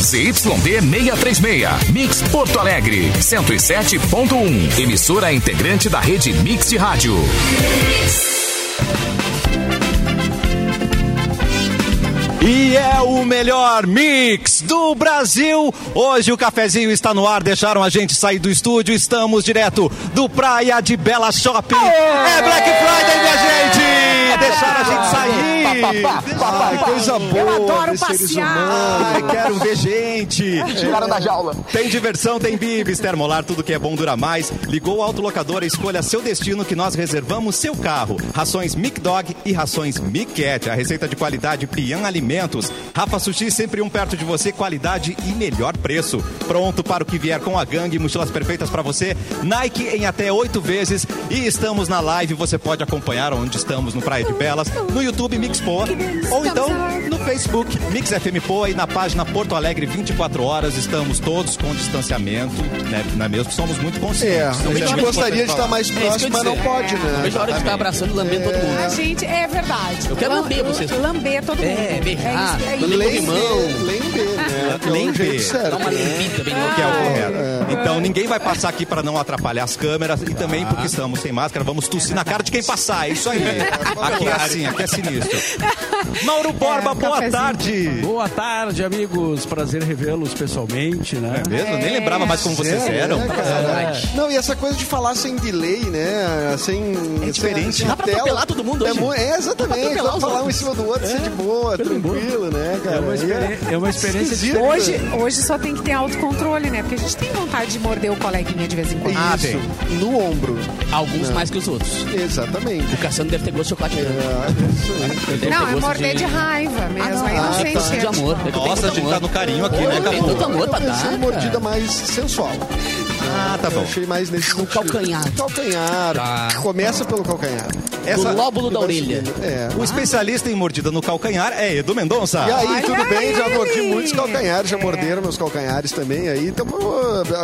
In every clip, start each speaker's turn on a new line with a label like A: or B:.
A: ZYD 636. Mix Porto Alegre, 107.1. Emissora integrante da rede Mix de Rádio.
B: E é o melhor mix do Brasil. Hoje o cafezinho está no ar, deixaram a gente sair do estúdio. Estamos direto do Praia de Bela Shopping. É Black Friday, minha gente! Deixaram a gente sair. Ai, coisa boa.
C: Eu adoro
B: ver seres
C: passear.
B: humanos. Ai, quero ver gente.
D: Tiraram da jaula.
B: Tem diversão, tem bibis, termolar, tudo que é bom dura mais. Ligou o autolocador e escolha seu destino que nós reservamos seu carro. Rações Mic Dog e rações Mic Cat. A receita de qualidade Pian Alimentos. Rafa Sushi, sempre um perto de você, qualidade e melhor preço. Pronto para o que vier com a gangue, mochilas perfeitas para você. Nike em até oito vezes. E estamos na live, você pode acompanhar onde estamos no Praia de Belas, no YouTube Mixpo, ou então no Facebook Mix FM Poa e na página Porto Alegre 24 horas. Estamos todos com distanciamento, né? Não é mesmo? Somos muito conscientes.
E: É,
B: Isso
E: a
B: muito
E: gente gostaria
B: importante
E: de estar
B: falar.
E: mais
D: É isso que
E: próximo,
D: eu
E: mas
D: ia
E: não
D: dizer.
E: pode,
D: Não
E: né?
D: vejo a hora de ficar abraçando e lambendo todo mundo.
C: A gente, é verdade.
D: Eu quero
C: Lam-
D: lamber vocês.
C: Lamber todo mundo.
D: É, beijar,
C: É isso, é
D: lamber
C: isso.
E: Lembra,
D: limão.
E: lembra, né? É Ah, o
B: Lembra.
E: jeito
D: Dá
E: certo. né?
D: uma limpita bem
B: Que é o
D: louca.
B: correto. Então ninguém vai passar aqui para não atrapalhar as câmeras e também
E: Ah.
B: porque estamos sem máscara, vamos tossir na cara de quem passar. É isso aí. Aqui é assim, aqui é sinistro. Mauro Borba, boa
C: um cafezinho.
B: tarde.
F: Boa tarde, amigos. Prazer revê-los pessoalmente, né?
B: É mesmo? Nem lembrava mais como vocês
E: É,
B: eram.
E: né, cara? Não, e essa coisa de falar sem delay, né? Sem. É
B: diferente.
E: Sem,
D: Dá pra
E: tela.
D: atropelar todo mundo
E: É
D: hoje.
E: mu- É,
D: Dá pra
E: exatamente. Dá
D: atropelar
E: pra
D: os
E: falar um em
D: outros. É,
E: cima do outro, assim, de boa, tranquilo, né, cara?
F: É uma experi- é uma experiência
E: esquisito,
C: Hoje,
E: né?
C: hoje só tem que ter autocontrole, né? Porque a gente tem vontade de morder o coleguinha de vez em quando.
B: Ah,
E: Isso,
B: tem.
E: no ombro.
D: Alguns mais que os outros.
E: Exatamente.
D: O Cassiano deve ter gosto de chocolate.
E: É,
D: branco.
E: isso aí.
D: Ele deve
C: não,
D: ter
C: é
D: gosto
C: morder de, raiva mesmo. é aí não
E: ah,
C: sei
E: tá.
C: encher.
D: é de amor. Ele tem
B: Nossa,
D: muito
B: a gente tá
D: amor.
B: no carinho aqui, né,
D: Olha,
B: Capu?
D: Tanto amor
E: eu
D: pra
E: pensei
D: dar,
E: em mordida
D: cara.
E: mais sensual.
B: Ah, tá
E: Eu
B: bom.
E: achei mais nesse sentido.
D: calcanhar.
E: Calcanhar. Começa pelo calcanhar.
B: Essa-
D: Do lóbulo
E: E
D: da
E: vai
D: orelha.
E: subindo. É.
B: O especialista em mordida no calcanhar é Edu Mendonça.
E: E aí,
C: Olha
E: tudo bem? Já mordi
C: ele!
E: muitos calcanhares, já
C: É.
E: morderam meus calcanhares também aí. Então, pô,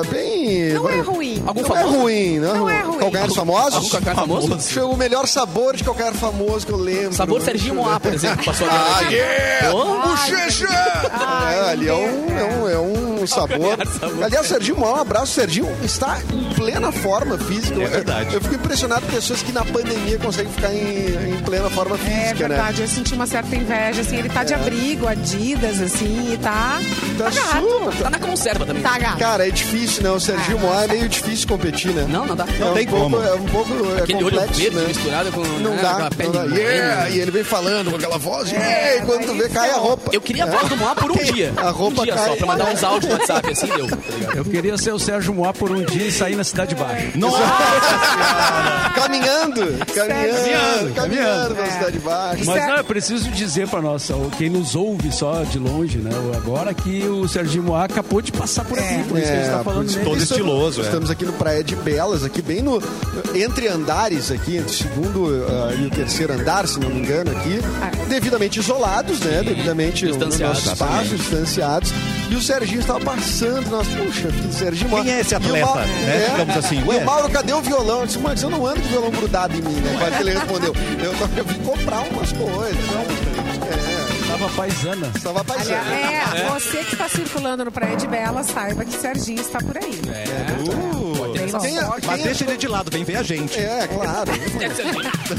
E: bem.
C: Não é ruim.
D: Algum
E: Não é
D: famoso?
E: ruim, não,
C: Não
E: é
C: é
E: ruim.
C: ruim.
E: Calcanhares famosos?
D: Algum calcanhar famoso?
E: Foi o melhor sabor de calcanhar famoso que eu lembro.
D: Sabor Serginho Moá, por exemplo, passou agora.
E: Ah, yeah!
D: Pô,
E: Bochecha!
C: Ai,
E: É, ali é um,
C: meu
E: é um, é um sabor.
D: sabor.
E: Aliás, Serginho Moá, um abraço. Serginho está em plena forma física.
B: É verdade.
E: Eu fico impressionado com pessoas que na pandemia conseguem ficar em, em plena forma física,
C: É
E: né?
C: verdade, eu senti uma certa inveja, assim, ele tá de abrigo, Adidas, assim, e tá.
E: Tá super.
D: Tá na conserva também.
C: Tá gato.
E: Cara, é difícil, né? O Serginho Moá é meio difícil competir, né?
D: Não, não dá.
E: é um
B: tem
E: pouco,
B: como.
E: É um pouco é
D: Aquele
E: complexo,
D: olho verde
E: né?
D: misturado com
E: Não
D: né,
E: dá,
D: aquela pele
E: não dá. Yeah!
D: morena.
E: E ele vem falando com aquela voz. Yeah! E quando tu vê, cai a roupa.
D: Eu queria a voz do Moá por um dia.
E: É. A roupa
D: um dia
E: cai.
D: só, pra mandar uns áudios no WhatsApp, assim deu. tá ligado?
F: Eu queria ser o Sérgio Moá por um dia e sair na Cidade Baixa.
E: Caminhando, caminhando,
F: Caminhando,
E: caminhando na
C: É.
E: cidade baixa.
F: Mas não, eu preciso dizer para nossa, quem nos ouve só de longe, né? Agora que o Sérgio Moá acabou de passar por aqui, por isso que a gente
E: É,
F: tá falando
E: por
F: nele.
B: todo
E: Estamos-
B: estiloso, é.
E: Estamos aqui no Praia de Belas, aqui bem no. Entre andares, aqui, entre o segundo ah, e o terceiro andar, se não me engano, aqui.
C: Ah.
E: Devidamente isolados, né? Devidamente no
D: distanciados,
E: nosso espaço, distanciados. E o Serginho estava passando, nós, puxa, filho do Serginho. ó.
B: Quem é esse
E: E o
B: atleta,
E: Mau-
B: né? Ficamos assim,
E: E
B: ué.
E: o Mauro, cadê o violão? Eu disse, mas eu não ando com o violão grudado em mim, né? Quase que ele respondeu. Eu, tô- eu vim comprar umas coisas. né? É,
F: Tava paisana.
E: estava paisando.
C: Aliás, é, você que tá circulando no Praia de Bela, saiba que Serginho está por aí.
D: É,
E: né?
B: Uh,
C: Tem
E: Quem é-
C: noção.
E: quem
B: mas
E: é-
B: deixa ele de lado, vem ver a gente.
E: É, claro.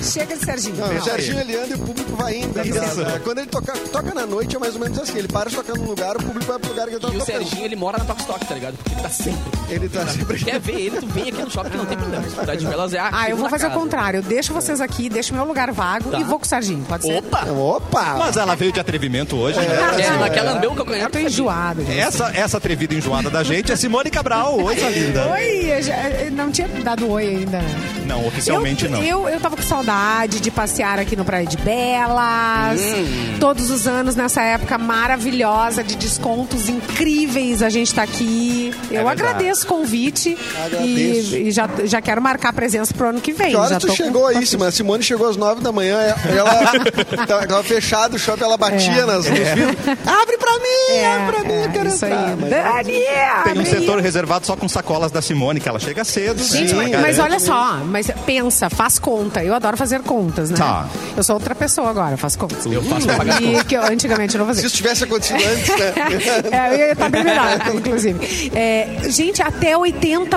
C: Chega de Serginho.
E: Não,
C: Não.
E: o Ah, Serginho ele anda e o público vai indo. tá ligado?
B: Isso.
E: Quando ele toca, toca na noite é mais ou menos assim. Ele para de tocar num lugar, o público vai pro lugar que ele tá
D: E o
E: tocando.
D: Serginho, ele mora na Tokstok, tá ligado? Porque ele tá sempre.
E: Ele tá sempre.
D: Quer ver ele, tu vem aqui no shopping que não tem problema. Cidade de Belas é a
C: Ah, eu vou
D: segunda
C: fazer o
D: casa.
E: né?
C: contrário. Eu deixo vocês aqui, deixo meu lugar vago
D: Tá.
C: e vou com o Serginho. Pode ser?
D: Opa!
E: Opa!
B: Mas ela veio de atrevimento hoje, né?
D: É, ela quer lamber o
C: Eu
D: calcanhar.
C: tô enjoada, gente.
B: Essa, essa atrevida enjoada da gente é Simone Cabral. Oi, sua linda.
C: Oi, eu já- eu não tinha dado oi ainda. né?
B: Não, oficialmente
C: eu,
B: não.
C: Eu, eu tava com saudade de passear aqui no Praia de Belas.
E: Hum.
C: Todos os anos, nessa época maravilhosa de descontos incríveis, a gente tá aqui. Eu
B: verdade.
C: agradeço o convite.
E: É Agradeço.
C: E, e já, já quero marcar presença pro ano que vem.
E: Que hora
C: já
E: tu
C: tô
E: chegou
C: com...
E: aí, Simone? A Simone chegou às nove da manhã, é, ela tava, tava fechado o shopping, ela batia
C: É.
E: nas nos vidros. Abre pra mim,
C: É,
E: abre pra mim, eu
C: é,
E: quero
C: isso aí.
E: entrar. Mas-
C: Daniel!
B: Tem um
C: abre
B: setor reservado só com sacolas da Simone, que ela chega chega cedo,
C: Gente,
B: né?
E: É.
C: mas, mas
B: garante-
C: olha só, mas pensa, faz conta. Eu adoro fazer contas, né?
B: Tá.
C: Eu sou outra pessoa agora, faço contas.
D: Eu faço pra pagar as
C: E que eu antigamente eu não
E: Se
C: fazia.
E: isso tivesse acontecido antes, né?
C: É, eu ia estar bem melhor, inclusive. É, gente, até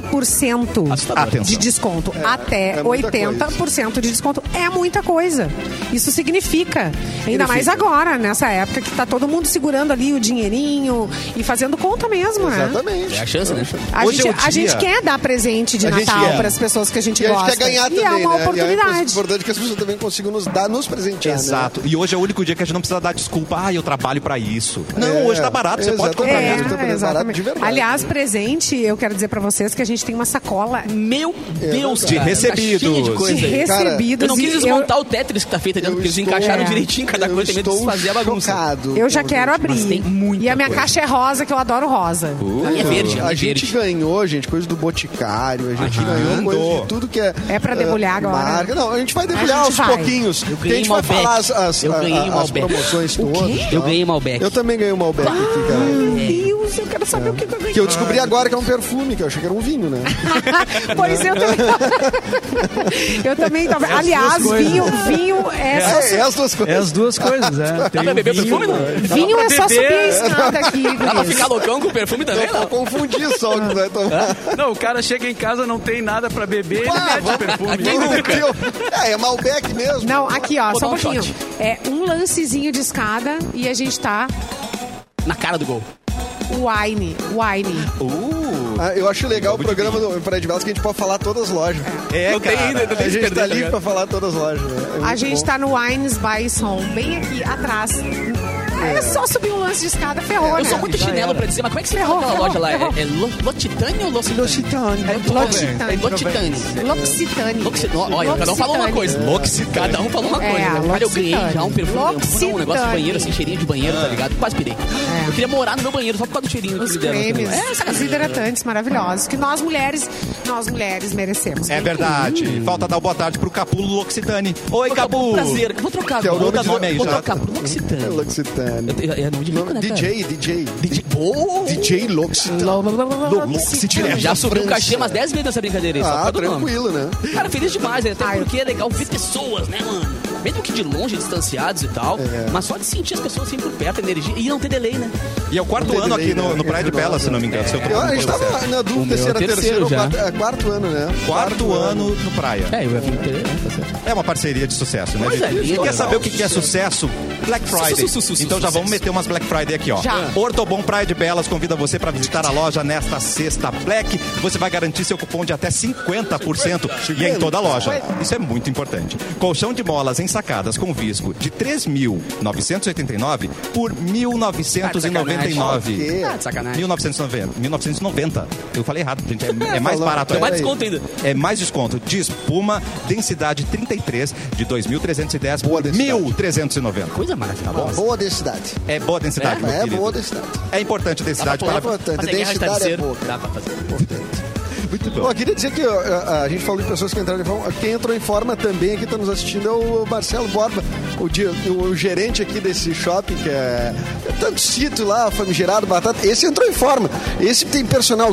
C: 80%
D: Assustador.
C: de desconto. até
E: é muita
C: 80% de desconto. É muita coisa. Isso significa. Ainda mais agora, nessa época que tá todo mundo segurando ali o dinheirinho e fazendo conta mesmo, né?
E: Exatamente.
D: É a chance, né?
C: A,
E: Hoje
C: gente,
E: é o
C: a
E: dia.
C: gente quer dar presente de
E: A gente
C: Natal
E: quer.
C: para as pessoas que a gente
E: E a gente
C: gosta.
E: quer ganhar
C: e
E: também,
C: é uma
E: né? E é
C: oportunidade.
E: importante que as pessoas também consigam nos dar, nos presentear. né?
B: Exato. E hoje é o único dia que a gente não precisa dar desculpa. Ah, eu trabalho pra isso. Não,
E: É,
B: hoje tá barato, você pode
E: exatamente.
B: comprar
E: É.
B: mesmo.
E: mesmo, tá barato de verdade.
C: Aliás, presente, eu quero dizer para vocês que a gente tem uma sacola
D: Meu Deus,
E: É de
D: cara.
B: recebidos.
D: Tá cheio
C: de
D: de coisa aí.
E: é. Cara,
C: recebidos.
D: Eu não quis
C: e
D: desmontar o Tetris que tá feito ali dentro, porque eles
E: estou-
D: encaixaram
C: é.
D: direitinho cada
E: Eu
D: coisa, tem medo de
E: estou
D: desfazer a bagunça.
E: chocado
C: Eu já
E: com
C: quero
E: gente.
C: abrir.
D: tem muita
C: e a minha
D: coisa.
C: caixa é rosa, que eu adoro rosa.
D: E é verde,
E: A
D: é
E: gente
D: verde.
E: ganhou, gente, coisa do Boticário, a gente ganhou coisa de tudo que é.
C: É pra debulhar
E: eh,
C: agora.
E: Marca. Não, a gente vai debulhar
C: A gente
E: aos
C: vai.
E: pouquinhos. Eu
D: ganhei
E: a gente vai
D: Malbec.
E: falar as, as,
D: Eu ganhei
E: a- a- as
D: Malbec.
E: promoções todas. e
D: Eu
E: tal.
D: ganhei Malbec.
E: Eu também ganhei o Malbec aqui, cara.
C: Meu Deus, eu quero saber o que que eu ganhei.
E: Que eu descobri agora que é um perfume, que eu achei que era um vinho, né?
C: Pois eu também. eu também. tava- Aliás,
F: coisas.
C: vinho, vinho é só
E: É, é as duas
F: É
E: coisas.
F: as duas coisas, né? Tem
D: pra
F: o
D: beber
F: vinho,
D: perfume, não?
F: né? Dá
C: Vinho
F: pra
C: é só subir a
F: beber.
C: escada aqui.
D: Dá pra
C: guris.
D: ficar loucão com o perfume também,
E: Eu
D: não?
E: confundi só então. o que tu vai tomar.
D: É.
F: Não, o cara chega em casa, não tem nada pra beber, ele
E: Ah,
F: pede
E: vamos-
F: perfume.
E: Meu Deus. É, é Malbec mesmo.
C: Não, aqui, ó,
D: Vou
C: só um
D: dar um
C: pouquinho.
D: shot.
C: É um lancezinho de escada e a gente tá
D: Na cara do gol.
C: wine, wine.
B: Uh,
E: Ah, eu acho
D: É
E: legal o programa do Fred Velas que a gente pode falar todas as lojas.
B: é,
D: não tem
B: cara.
D: ainda, não
E: A
D: tem
E: gente tá livre
D: tá
E: pra falar todas as lojas. Né? É
C: A
E: muito
C: gente
E: bom.
C: tá no Wines by Som, bem aqui atrás. É só subir um lance de escada, ferrou,
D: Eu
C: né?
E: Ah,
D: sou muito chinelo pra dizer, mas como é que você fala
C: Ferrou,
D: aquela loja lá?
C: ferrou,
D: É, é Lo- L'Occitane ou L'Occitane?
E: L'Occitane.
D: É L'Occitane. É L'Occitane.
C: L'Occitane.
D: L'Occitane. Olha, cada um falou uma coisa.
B: L'Occitane.
D: Cada um falou uma
C: É,
D: coisa. Cara, eu
C: L'Occitane.
D: ganhei já um perfume, um- um negócio
C: L'Occitane.
D: de banheiro, assim, cheirinho de banheiro, tá ligado? Quase pirei. Eu queria morar no meu banheiro só por causa do cheirinho
C: Os
D: que deram.
C: cremes,
D: É,
C: os hidratantes maravilhosos que nós mulheres, nós mulheres merecemos.
B: É verdade. Falta dar o boa tarde pro Capulo L'Occitane. Oi,
D: Acabou.
B: Capu.
D: Prazer. Vou trocar.
E: Que é o nome
D: Vou
E: de
D: trocar-
B: homem aí,
D: Vou
B: já.
D: trocar pro
E: É
D: L'Occitane.
E: L'Occitane.
D: Eu- É é nome de louco, né, cara?
E: DJ, DJ.
D: DJ. Boa!
E: DJ L'Occitane.
B: L'Occitane.
D: Já subiu o cachê umas 10 vezes nessa brincadeira aí, só por
E: Ah,
D: causa do nome.
E: tranquilo, né?
D: Cara, feliz demais, né? até
C: Ai.
D: porque é legal ver pessoas, né, mano? Mesmo que de longe, distanciados e tal, mas só de sentir as pessoas sempre por perto, a energia, e não ter delay, né?
B: E é o quarto
E: Não tem
B: ano aqui
E: delay,
B: no,
E: né?
B: no Praia de
E: É,
B: Bela, se não me engano. Se eu tô
E: Eu, a
B: falando
E: gente
B: coisa certa.
E: tava na
D: O
E: dúvida
D: meu
E: se era
D: terceiro
E: terceiro ou
D: já.
E: quarto, é, quarto ano, né?
B: Quarto ano no Praia.
D: É, eu ia ter, tá certo.
B: É uma parceria de sucesso, né?
D: Pois é,
B: gente?
D: lindo.
B: Quer saber o que que é sucesso? Black Friday.
D: Su- su- su- su-
B: Então já
D: sucesso.
B: vamos meter umas Black Friday aqui, ó.
C: Já.
B: Hortobon Praia de Belas convida você para visitar a loja nesta sexta Black. Você vai garantir seu cupom de até 50% e é em toda a loja. Isso é muito importante. Colchão de molas ensacadas com visco de 3.989 por
D: Ah,
B: 1.999.
E: É.
D: Ah, de sacanagem.
B: 1990. 1990. Eu falei errado, gente. É, é mais
E: Falou.
B: barato.
D: Tem mais
E: peraí.
D: desconto ainda.
B: É mais desconto de espuma, densidade 33, de 2.310
E: Boa
B: por
E: densidade.
B: 1.390.
D: Coisa tá maravilhosa.
E: Boa densidade.
B: É boa densidade,
D: É?
B: meu
E: É
B: querido.
E: boa densidade.
B: É importante densidade
E: pra
B: para...
E: pôr- importante,
D: Fazer guerra de
E: densidade é
D: travesseiro.
E: pouco.
D: Dá pra fazer.
B: Muito bom.
E: Bom, eu queria dizer que ó, a, a gente falou de pessoas que entraram em forma. Quem entrou em forma também aqui está nos assistindo é o Marcelo Borba, o, di- o gerente aqui desse shopping, que é é tanto cito lá, famigerado, batata. Esse entrou em forma. Esse tem personal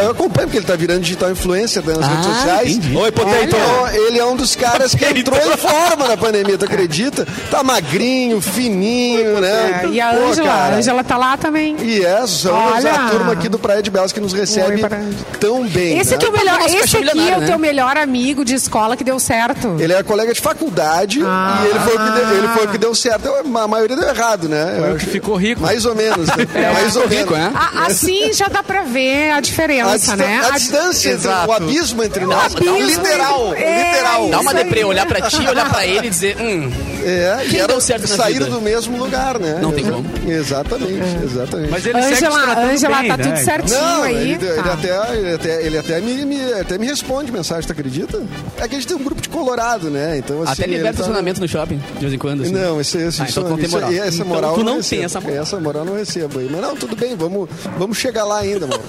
B: Ah.
E: Eu acompanho porque ele tá virando digital influencer né, nas redes sociais.
B: Oi, Potato.
E: Então, ele é um dos caras que entrou em forma na pandemia, tu acredita? Tá magrinho, fininho, né?
C: É, e a
E: Pô,
C: Ângela, a
E: cara.
C: Ângela tá lá também.
E: E é, são
C: Olha.
E: a turma aqui do Praia de Belas que nos recebe
C: Oi, Praia.
E: tão bem.
C: Esse
E: né?
C: é teu melhor,
D: Nossa,
C: esse
D: Tá caixa
C: aqui é
D: milionária,
C: o
D: né?
C: teu melhor amigo de escola que deu certo.
E: Ele era colega de faculdade
C: Ah.
E: e ele foi, o que deu, ele foi o que deu certo. Eu- A maioria deu errado, né? Eu
F: Foi o que
E: acho-
F: ficou rico.
E: Mais ou menos. Né? Mais ou menos.
D: né?
C: A- assim já dá pra ver a
E: A,
C: diferença,
E: distan-
C: né?
E: a
C: A-
E: distância, entre,
B: Exato.
E: o abismo entre nós. né?
D: abismo. né?
E: Literal,
C: É,
E: literal.
D: Dá uma
C: Isso aí,
D: deprê,
C: né?
D: olhar pra ti, olhar pra ele e dizer, hum,
E: É, e
D: Quem
E: era-
D: deu certo na
E: Saíram
D: vida?
E: do mesmo lugar, né?
D: Não tem
E: Exa-
D: como. É.
E: Exatamente, exatamente.
F: Mas ele segue se
C: Ângela,
F: tratando
C: Ângela,
F: bem,
C: tá
F: né?
C: tudo certinho
E: Não,
C: aí.
E: ele, ele
C: Tá.
E: até, ele até, ele até, me, me- até me responde mensagem, tu acredita? É que a gente tem um grupo de Colorado, né? Então, assim,
D: até
E: ele
D: libera
E: tá-
D: estacionamento no shopping, de vez em quando. assim.
E: Não, esse, esse,
D: Ah, então tu não tem
E: isso- é
D: moral.
E: essa
D: Então
E: moral
D: tu
E: eu
D: não tem
E: recebo.
D: essa moral.
E: Essa moral eu não recebo aí. Mas não, tudo bem, vamos, vamos chegar lá ainda, mano.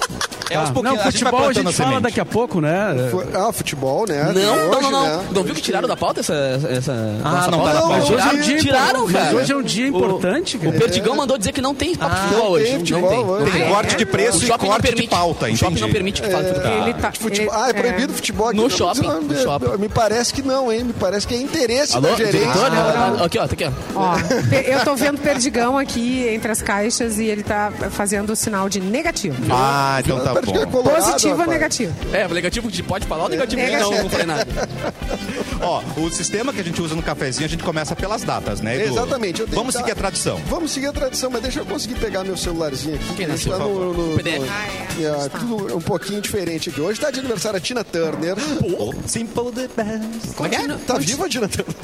G: É aos
F: Ah,
G: pouquinhos.
F: Não,
G: a gente vai
F: futebol a gente,
G: plantando
F: fala
G: semente.
F: daqui a pouco, né?
E: Fu- Ah, futebol, né? Tem
D: Não, não, não,
E: hoje,
D: não.
E: né?
D: Não viu que tiraram da pauta essa. essa
G: Ah,
D: nossa
G: não tá
D: pauta?
G: na pauta.
F: Mas hoje é um
D: Tiraram, é.
F: dia,
D: tiraram,
F: mas
D: cara.
F: hoje é um dia importante,
D: O
F: cara.
D: Perdigão mandou dizer que não tem papo de futebol
E: Ah, não
D: hoje.
E: tem futebol hoje.
B: Tem corte de
D: O
B: preço e
D: shopping não
B: corte de
D: permite.
B: pauta,
D: O shopping não
B: entendi.
D: permite que fale
E: É.
D: de futebol.
C: Ele tá,
E: Futebol-
C: ele-
E: ah, é proibido futebol aqui
D: No
E: não,
D: shopping,
E: sei lá,
D: no
E: me,
D: shopping.
E: me parece que não, hein? Me parece que é interesse
D: Alô,
E: da gerência.
D: diretor?
E: Ah,
D: Ah, Aqui, ó, tá aqui, ó.
C: Ó, pe- eu tô vendo perdigão aqui entre as caixas e ele tá fazendo o sinal de negativo.
B: Ah, então tá
E: parece que é
B: bom.
E: colorado,
C: Positivo ou
E: rapaz.
C: negativo?
D: É, o negativo que pode falar, o negativo que
C: Negativo.
D: não,
E: É.
D: não falei nada.
B: Ó, o sistema que a gente usa no cafezinho, a gente começa pelas datas, né, Edu?
E: Exatamente, eu tenho
B: Vamos
E: que dar-
B: seguir a tradição.
E: Vamos seguir a tradição, mas deixa eu conseguir pegar meu celularzinho aqui. que
D: Quem nasceu,
E: tá
D: por favor? PDF.
C: Ah, é.
E: é, tudo um pouquinho diferente aqui. Hoje tá de aniversário a Tina Turner.
B: Simple the best.
D: Como é que é?
E: Tá viva a Tina Turner?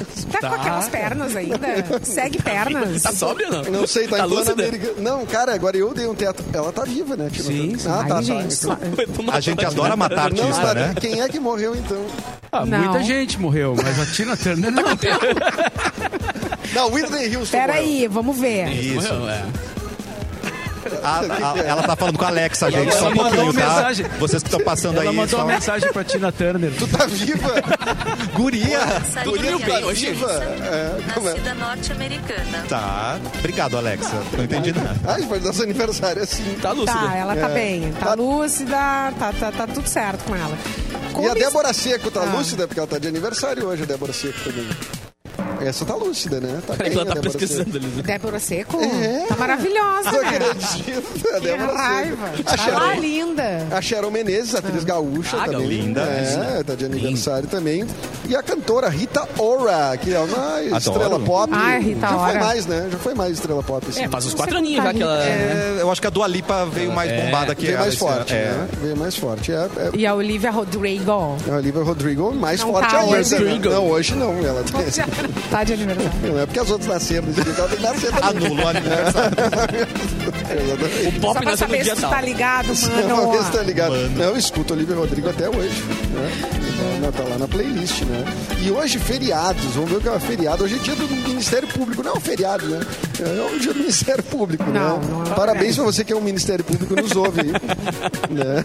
C: Tá, com aquelas pernas
E: Tá
C: ainda? Segue pernas.
D: Tá sóbrio ou não?
E: Não sei, tá,
D: tá
E: em plano
D: lúcida?
E: americano. Não, cara, agora eu dei um teto. Ela tá viva, né, Tina
F: Sim,
E: Turner?
F: sim.
E: Ah, tá, tá.
C: Ai, gente,
E: Então-
B: A gente adora matar
E: Não,
B: artista,
E: tá-
B: né?
E: Quem é que morreu então?
F: Ah,
C: Não.
F: muita gente morreu, mas a Tina Turner não.
E: Não, Whitney Houston.
C: Espera
E: morreu.
C: aí, vamos ver.
B: Isso.
D: Morreu, é.
B: A- a- ela tá falando com a Alexa, gente.
F: ela
B: Só um
F: mandou
B: pouquinho,
F: uma
B: tá?
F: mensagem.
B: Vocês que estão passando
F: Ela
B: aí. um
F: mandou uma
B: falam,
F: mensagem pra Tina Turner.
E: Tu tá viva?
B: Guria!
H: Sabia
D: dormiu
H: que
D: bem
H: ela
D: hoje?
H: é russa?
E: É, como é?
H: Nascida norte-americana.
B: Tá. Obrigado, Alexa. Não entendi nada.
E: Ai, pode dar seu aniversário assim.
D: Tá lúcida.
C: Tá, ela tá
E: É.
C: bem. Tá
E: Tá-
C: lúcida, tá, tá, tá tudo certo com ela.
E: E a
C: Como
E: Débora Seco tá
C: Ah.
E: lúcida, porque ela tá de aniversário hoje, a Débora Seco também. Essa tá lúcida, né? Tá
D: Peraí,
E: bem,
D: ela tá
E: a Débora Seco.
D: pesquisando ali. né?
C: Débora Seco?
E: É.
C: Tá maravilhosa,
E: Não
C: né?
E: acredito, a
C: Que
E: Débora
C: raiva.
E: Seco. A
C: Tá lá,
E: Sharon,
C: linda.
E: a Sharon Menezes, atriz gaúcha
D: Ah,
E: também.
B: linda,
E: É, tá de aniversário também. E a cantora Rita Ora, que é uma estrela pop.
C: Ah, Rita
E: Já
C: Ora.
E: foi mais, né? Já foi mais estrela pop. Assim.
D: É, faz uns
C: Você
D: quatro
C: não
D: aninhos já
C: tá
D: que ela.
B: É, eu acho que a Dua Lipa veio mais bombada que
E: Veio
B: ela
E: mais
B: esse
E: forte,
B: ano. É.
E: né? Veio mais forte. É, é,
C: E a Olivia Rodrigo.
E: a Olivia Rodrigo mais
C: Não
E: forte
C: tá
E: ainda. né?
D: Rodrigo.
E: Não, hoje não. Ela
C: Já tá de aniversário.
E: Não é porque as outras nasceram nesse dia, ela tem que nascer também. né?
B: Anula o aniversário.
E: Exatamente.
D: O
C: É. Só pra
D: pop nasceu no
C: saber
D: dia
C: se tu
D: tal.
C: tá ligado,
E: Uma vez
C: mano.
E: tá ligado. Não, eu escuto Olivia Rodrigo até hoje. Né? Não, tá lá na playlist, né? E hoje, feriados. Vamos ver o que é feriado. Hoje é dia do Ministério Público. Não é um feriado, né? É o dia do Ministério Público,
C: Não,
E: né?
C: não é.
E: Parabéns pra você que é um Ministério Público e nos ouve. aí, né?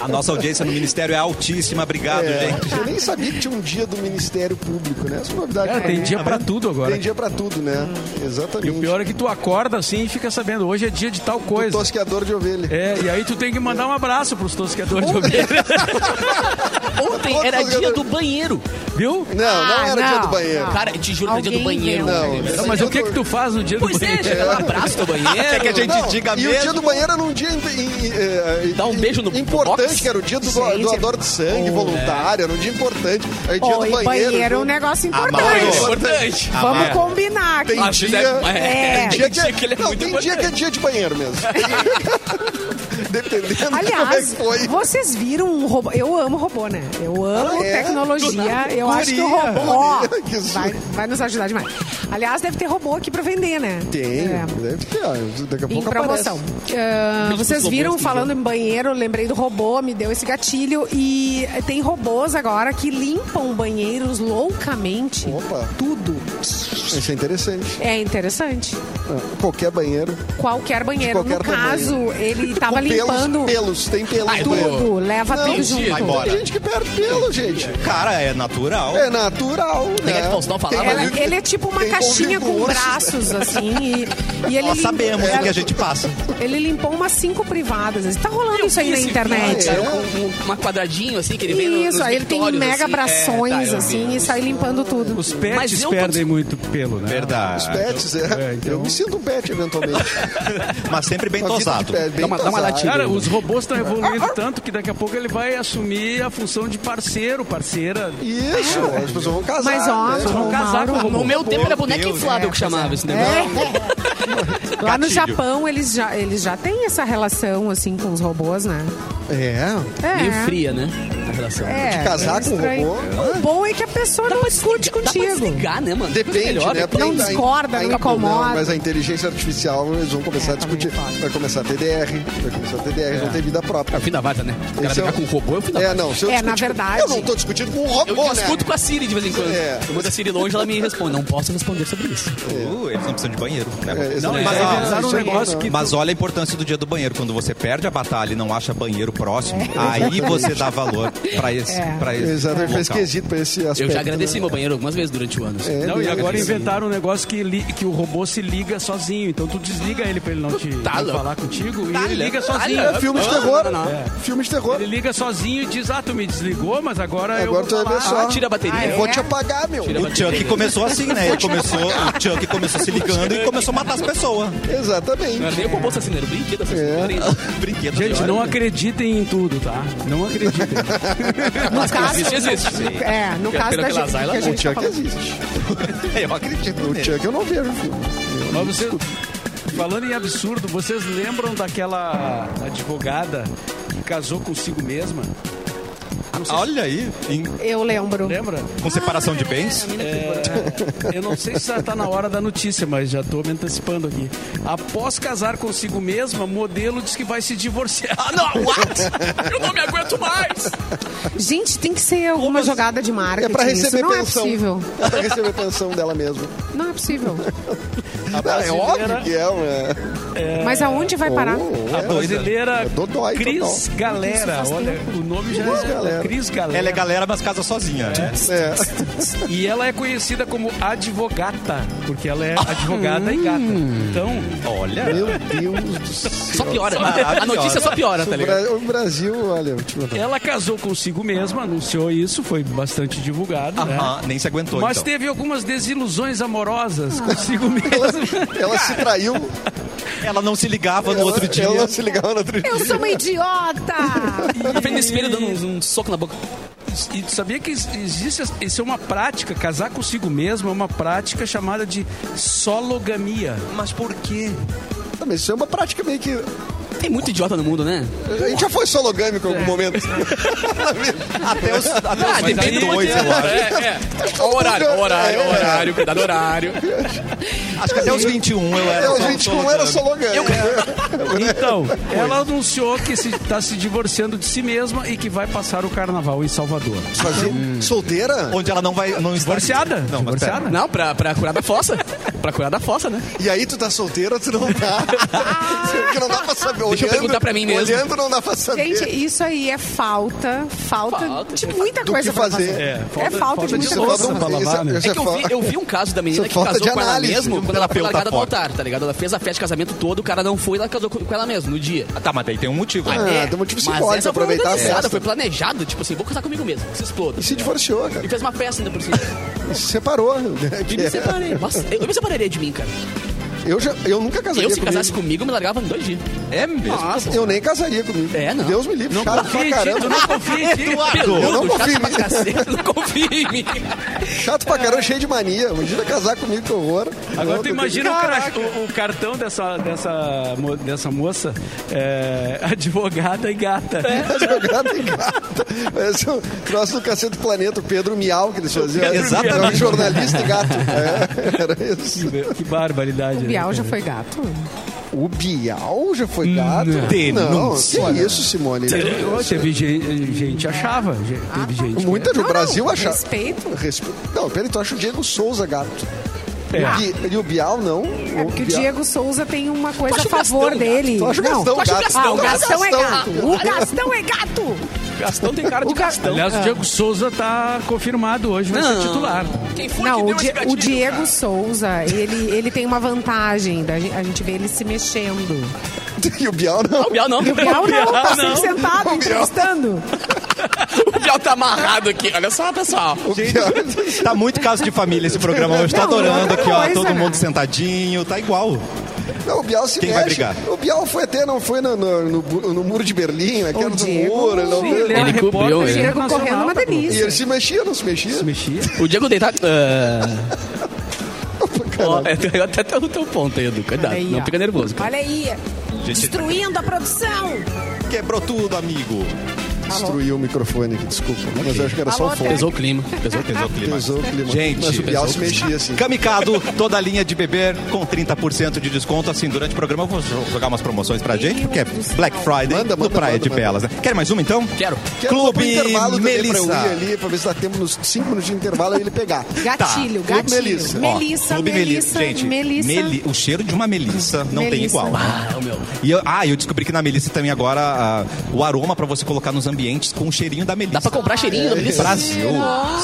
B: A nossa audiência no Ministério é altíssima.
F: Tá
B: Obrigado,
E: É,
B: gente.
E: eu nem sabia que tinha um dia do Ministério Público, né? Essa é uma novidade.
F: Cara,
E: pra mim.
F: tem dia pra tudo agora.
E: Tem dia pra tudo, né?
C: Hum.
E: Exatamente.
F: E o pior é que tu acorda assim e fica sabendo, hoje é dia de tal coisa.
E: Tosqueador de ovelha.
F: É, e aí tu tem que mandar um abraço pros tosqueadores de ovelha,
D: Ontem era dia do banheiro.
F: viu?
E: Não, não
C: Ah,
E: era dia
C: não,
E: do banheiro.
C: não.
D: Cara, eu te juro, era dia do
C: Alguém
D: banheiro.
C: inventou.
E: É. Não,
F: Não, mas o que que tu faz no dia do
D: Pois é,
F: banheiro?
D: chega lá, abraça teu banheiro.
B: Quer que a gente
E: Não,
B: diga
E: e
B: mesmo?
E: o dia do banheiro era um dia em- em- em- eh,
D: Dá um
E: em-
D: beijo no-
E: importante,
D: no box? Oh,
E: que era o dia do
C: Gente,
E: do- doador de sangue,
D: é.
E: voluntário, era um dia importante. Aí dia
C: Oi,
E: do banheiro.
C: banheiro é um negócio
F: É
B: Amarelo.
C: importante.
D: Importante.
B: Ah,
C: Vamos combinar.
E: Tem
C: que-
D: Acho
E: dia-
D: que Ah, é,
C: É.
D: tem
E: Dia
D: dia que ele é
E: não,
D: muito
E: tem dia que é
D: importante.
E: dia de banheiro mesmo. Dependendo de como é que
C: Aliás,
E: foi.
C: vocês viram um robô. Eu amo robô, né? Eu amo
E: Ah, é? Do
C: tecnologia.
E: nada.
C: Eu acho que o
E: Guria,
C: robô
E: guria, que isso.
C: vai, vai nos ajudar demais. Aliás, deve ter robô aqui pra vender, né?
E: Tem,
C: É.
E: deve ter. ó, Daqui a
C: Em
E: pouco
C: promoção.
E: aparece.
C: Ah,
D: Mesmo
C: vocês
D: os robôs
C: viram
D: que
C: falando em banheiro, eu lembrei do robô, me deu esse gatilho. E tem robôs agora que limpam banheiros loucamente.
E: Opa.
C: Tudo.
E: Isso é interessante.
C: É interessante.
E: Ah, Qualquer banheiro.
C: Tá Qualquer banheiro.
E: qualquer
C: no caso, ele tava
E: com
C: limpando
E: Pelos, pelos, tem pelos.
D: Ai,
E: no
D: do-
E: banheiro.
C: tudo. Leva
E: Não,
C: tudo
E: mentira,
C: junto.
B: vai embora.
E: Tem gente que perde pelo, gente.
B: Cara, é natural.
E: É natural, né?
D: que Faustão falava,
E: Tem
D: né?
E: convívio-
C: ele é tipo uma
E: tem
C: caixinha
E: convívio
C: com
E: urso.
C: braços, assim. E, e ele
B: Nós
C: lim-
B: sabemos o
C: ele-
B: que a gente passa.
C: Ele limpou umas cinco privadas. Tá rolando isso aí na
D: Esse
C: internet.
D: cara, com é um, Uma quadradinho assim que ele vem no- nos
C: Isso, aí ele tem
D: escritórios,
C: mega
D: assim. É,
C: brações,
D: tá, eu vi.
C: assim, e sai limpando tudo.
F: Os
D: Mas
F: pets
D: eu tô
F: perdem
D: dis-
F: muito pelo, né?
E: Os
B: Verdade.
E: pets, é.
F: É, então-
E: Eu me sinto um pet, eventualmente.
B: Mas sempre bem
E: Então Uma vida de
B: tosado.
E: pé, bem
D: Dá uma- dá uma
E: tosado.
D: latinha.
F: Cara, os robôs estão evoluindo tanto que daqui a pouco ele vai assumir a função de parceiro, parceira.
E: Isso, é, as pessoas vão casar.
C: Mas, ó,
E: né?
F: Vão casar com o
D: No
F: robô.
D: meu tempo era boneca
B: Deus,
D: inflável
C: é,
D: que chamava né? esse negócio.
C: É. Lá no
B: Gatilho.
C: Japão, eles já, eles já têm essa relação, assim, com os robôs, né?
E: É,
C: É.
D: Meio fria, né? A relação.
C: É,
E: de casar
C: é
E: com o
C: estranho.
E: robô.
C: O bom é que a pessoa não discute
D: Dá pra
C: contigo.
D: desligar, né, mano? Coisa
E: Depende,
D: melhor,
E: né?
D: porque-
E: Porque ainda-
C: discorda, não
E: ainda- é
C: incomoda.
E: mas a inteligência artificial, eles vão começar
C: É,
E: a discutir.
C: também pode.
E: Vai começar a TDR, vai começar a TDR, vão ter vida
D: É
E: própria.
D: o fim da vaca, né? O cara
E: Esse é
D: ficar
E: o-
D: com o robô é o fim da
E: É,
D: vaca.
E: não, se eu
C: É,
E: discutir-
C: na verdade-
E: Eu não tô discutindo com um
D: Eu
E: robô, né?
D: discuto com a Siri de vez em quando.
E: É.
D: Eu mando a Siri longe, ela me responde. Não posso responder sobre isso.
B: Uh, eles não precisam de banheiro. Né?
E: É, esse
B: Não,
E: não
B: mas,
E: é.
B: ó,
E: Isso
F: Avisaram um
E: aí não-
F: negócio que
B: Mas olha a importância do dia do banheiro. Quando você perde a batalha e não acha banheiro próximo, aí você dá valor pra esse.
C: É.
B: pra esse
E: Exatamente, foi
B: local.
E: esquisito pra esse aspecto.
D: Eu já agradeci
E: né?
D: meu banheiro algumas vezes durante o ano. assim.
E: É,
F: Não, e
E: mesmo.
F: agora inventaram um negócio que, li- que o robô se liga sozinho. Então tu desliga ele pra ele não te
D: Tá
F: não
D: louco.
F: falar contigo
D: Tá
F: e ele liga
D: louco.
F: sozinho.
E: É filme de terror.
D: Ah, Não, não, não.
E: É. Filme de terror.
F: Ele liga sozinho e diz, ah, tu me desligou, mas agora, eu
E: Agora
F: vou
E: tu vai ver
F: falar.
E: só.
D: Ah, tira a bateria.
C: Ah, é?
E: Eu vou te apagar, meu.
D: Tira a
B: O Chuck começou assim, né? Ele começou, o Chuck começou se ligando e começou a matar as pessoas.
D: Não é
E: Exatamente.
D: nem o robô assassino, era o brinquedo assassino.
B: Brinquedo.
F: Gente,
B: de
F: não
B: hora.
F: acreditem em tudo, tá? Não acreditem.
C: No caso,
D: Existe, existe.
C: É, no
D: Eu
C: caso
D: quero
C: da
D: que ela
C: gente,
D: saia lá
C: que a
E: O
C: gente tá
E: Chuck
C: falando.
E: existe.
B: Eu acredito
E: O
B: nele.
E: Chuck eu não vejo, filho.
F: Mas você, falando em absurdo, vocês lembram daquela advogada que casou consigo mesma? Não sei se-
B: Olha aí, em-
C: Eu lembro.
F: lembra?
B: com separação de bens.
F: É, eu não sei se já tá na hora da notícia, mas já tô me antecipando aqui. Após casar consigo mesma, modelo diz que vai se divorciar.
D: Ah, não, what? Eu não me aguento mais.
C: Gente, tem que ser alguma jogada de marketing.
E: É pra receber
C: Isso não
E: pensão.
C: é possível.
E: É pra receber pensão dela mesmo.
C: Não é possível.
E: Não, é óbvio que é, né?
D: É.
C: Mas aonde vai parar?
E: Oh,
F: A
E: é.
F: brasileira
E: É dodói
F: Cris
E: total.
F: Galera. Olha, o nome já é
E: Galera.
F: Cris Galera.
B: Ela é galera, mas casa sozinha. né?
E: É.
F: E ela é conhecida como advogata, porque ela é advogada e gata. Então,
D: Hum.
B: Olha.
E: Meu Deus do céu.
D: Só piora. né? A, a notícia só piora, tá
E: O
D: ligado?
E: Bra- O Brasil, olha, eu te contar.
F: ela casou consigo mesma, anunciou isso, foi bastante divulgado, né?
D: Ah,
B: Aham, nem se aguentou.
F: Mas
B: então.
F: teve algumas desilusões amorosas
D: Ah.
F: consigo
D: tá
F: mesma.
E: Ela se traiu.
B: Ela não se ligava no outro
E: ela,
B: dia.
E: ela não se ligava no outro dia.
C: Eu sou uma idiota!
D: Na frente do espelho dando um, um soco na boca.
F: E tu sabia que ex- existe essa- isso é uma prática, casar consigo mesma é uma prática chamada de sologamia.
B: Mas por quê?
E: Ah, Mas isso é uma prática meio que.
D: Tem muito idiota no mundo, né?
E: A gente já foi sologâmico em algum momento.
B: Até os, até os
D: Ah, depende do
B: 42, eu acho.
D: É, é. Ó o horário, ó o
E: É
D: horário, ó o horário, cuidado do horário.
B: Acho que até os 21 eu era.
E: Eu,
B: só um
E: é, gente, não era
B: sologâmico.
E: sologâmico.
F: Então, ela anunciou que está se divorciando de si mesma e que vai passar o carnaval em Salvador.
E: Fazia- Solteira?
B: Onde ela não vai. Não está...
F: Divorciada?
B: Não, mas pera.
F: divorciada?
D: Não, pra, pra curar da fossa. Pra curar da fossa, né?
E: E aí tu tá solteira, tu não tá. Porque não dá pra saber.
D: Deixa eu
E: Olhando-
D: perguntar pra mim mesmo.
E: Olhando não dá pra saber.
C: Gente, isso aí é falta, falta,
D: Falta.
C: de muita
E: Do
C: coisa
E: que
C: pra
E: fazer.
F: É,
C: É
F: falta-
C: falta,
F: falta
C: de
F: de
C: muita
E: isso
F: louça.
C: coisa.
E: falta-
F: pra lavar, né?
E: isso- isso
D: É que eu vi, eu vi um caso da
E: Isso
D: menina
E: é
D: que
E: falta
D: casou
E: de
D: com ela
E: análise.
D: mesmo quando ela foi
B: Terapeuta
D: largada do
B: fora.
D: altar, tá ligado? Ela fez a festa de casamento todo, o cara não foi, ela casou com com ela mesma no dia. É,
B: Ah, Tá, mas daí tem um motivo.
E: Ah,
B: né?
E: tem motivo
D: Mas
E: simbólico
D: essa foi
E: aproveitar a
D: organizada,
E: festa.
D: foi planejado, tipo assim, vou casar comigo mesmo, que se exploda.
E: E se divorciou, cara.
D: E fez uma festa ainda por cima.
E: E se separou. né?
D: E me separei. Nossa, eu, eu me separaria de mim, cara.
E: Eu, já, eu nunca casaria
D: Eu, se
E: comigo.
D: casasse comigo, me largava em dois dias. Tipo,
B: É mesmo.
D: Nossa,
E: Eu nem casaria comigo.
D: É, não. né?
E: Deus me livre,
F: Não
E: chato
F: confia
E: pra
F: em ti, tu
E: caramba.
F: não confia em ti.
E: Eu não
D: Peludo, chato
E: confio em
D: pra
E: mim.
D: cacete, não confio em mim.
E: Chato pra caramba, cheio de mania. Imagina casar comigo, que horror.
F: Agora
E: Eu-
F: tu imagina o, cara- o- o cartão dessa, dessa, mo- dessa moça, é, advogada e gata.
E: Advogado em gata. Parece o troço do Cacete do Planeta, o Pedro Miau, que eles faziam.
B: Exatamente.
E: Era um jornalista e gato. É, era isso.
F: Que
C: O
F: barbaridade. né,
C: Bial
F: cara?
C: já foi gato.
E: O Bial já foi gato? Não,
B: Denúncia.
E: que isso, Simone.
F: Ô, Teve gente, gente achava. ge-
C: Ah, tá.
F: Teve gente.
E: Muita do
C: Não,
E: Brasil
C: não,
E: achava.
C: respeito.
E: Respeito. Não, peraí, tu acha o Diego Souza gato?
F: É.
E: E, o Bi- e o Bial não.
C: É porque o
E: Bial-
C: Diego Souza tem uma coisa
D: acha
C: a
D: o Gastão
C: favor dele.
E: Tu acha o
C: Não.
E: Gastão
D: acha o
E: gato?
C: Ah,
D: Gastão
C: o
E: Tu acha
C: Gastão é gato.
E: tu.
C: O Gastão é gato.
D: Gastão tem Então, cara de
C: O Ga-
D: Gastão.
F: Aliás, o Diego Souza tá confirmado hoje, vai ser titular.
D: Quem foi que
C: Não,
D: deu
C: o,
D: esse
C: Di-
D: gatilho,
C: o Diego
D: cara?
C: Souza, ele, ele tem uma vantagem. da gen- a gente vê ele se mexendo.
E: E o Bial não.
D: O Bial não.
C: O Bial não,
D: Ah,
C: tá sempre
F: não.
C: sentado, entrevistando.
D: O Bial tá amarrado aqui. Olha só, pessoal.
E: O Bial.
B: Tá muito caso de família esse programa hoje. Tá
C: Não,
B: adorando
C: outra
B: aqui, ó.
C: coisa,
B: Todo
C: né?
B: mundo sentadinho. Tá igual.
E: Não, o Bial se
B: Quem
E: mexe.
B: vai brigar?
E: O Bial foi até, não foi no, no, no, bu- no muro de Berlim, naquela do
C: Diego,
E: muro. ele não-
F: Ele,
D: Ele
F: era
D: cobriu,
F: repórter
D: ele.
C: Diego
F: internacional,
C: correndo é uma
F: tá bom.
E: E
C: delícia.
E: ele se mexia, não se mexia?
F: Se mexia.
D: O Diego deitado. Ah, ó,
E: Caralho.
D: é, eu até até o teu ponto, Edu. Cuidado,
C: Olha aí,
D: não
C: ó.
D: fica nervoso. cara.
C: Olha aí, destruindo a produção.
B: Quebrou tudo, amigo.
E: Destruiu o microfone aqui, desculpa. Mas eu acho que era só o
C: Alô,
E: fone.
D: Pesou o clima. Pesou,
B: Pesou o clima.
E: Pesou o clima.
B: Gente,
E: mas o Bial se mexia assim.
B: Camicado, toda a linha de beber com 30% de desconto. Assim, durante o programa eu vou jogar umas promoções pra gente, porque é Black Friday
E: Manda,
B: no
E: manda,
B: Praia
E: manda,
B: de
E: manda.
B: Belas. Né? Quer mais uma então?
E: Quero
D: Quero.
E: só pro
B: Clube
E: intervalo também pra eu ir
B: Melissa.
E: ali, pra ver se dá tempo nos 5 minutos de intervalo e ele pegar.
C: Gatilho,
E: Clube
C: gatilho. Melissa,
E: Melissa. Ó,
C: Melissa,
B: Clube
C: Melissa,
B: Gente, meli- o cheiro de uma melissa não tem
C: Melissa.
B: igual.
D: Ah, o meu.
B: E eu- ah, eu descobri que na melissa também agora ah, o aroma pra você colocar nos ambientes com o cheirinho da melissa.
D: Dá pra comprar cheirinho da Melissa?
B: É. Brasil.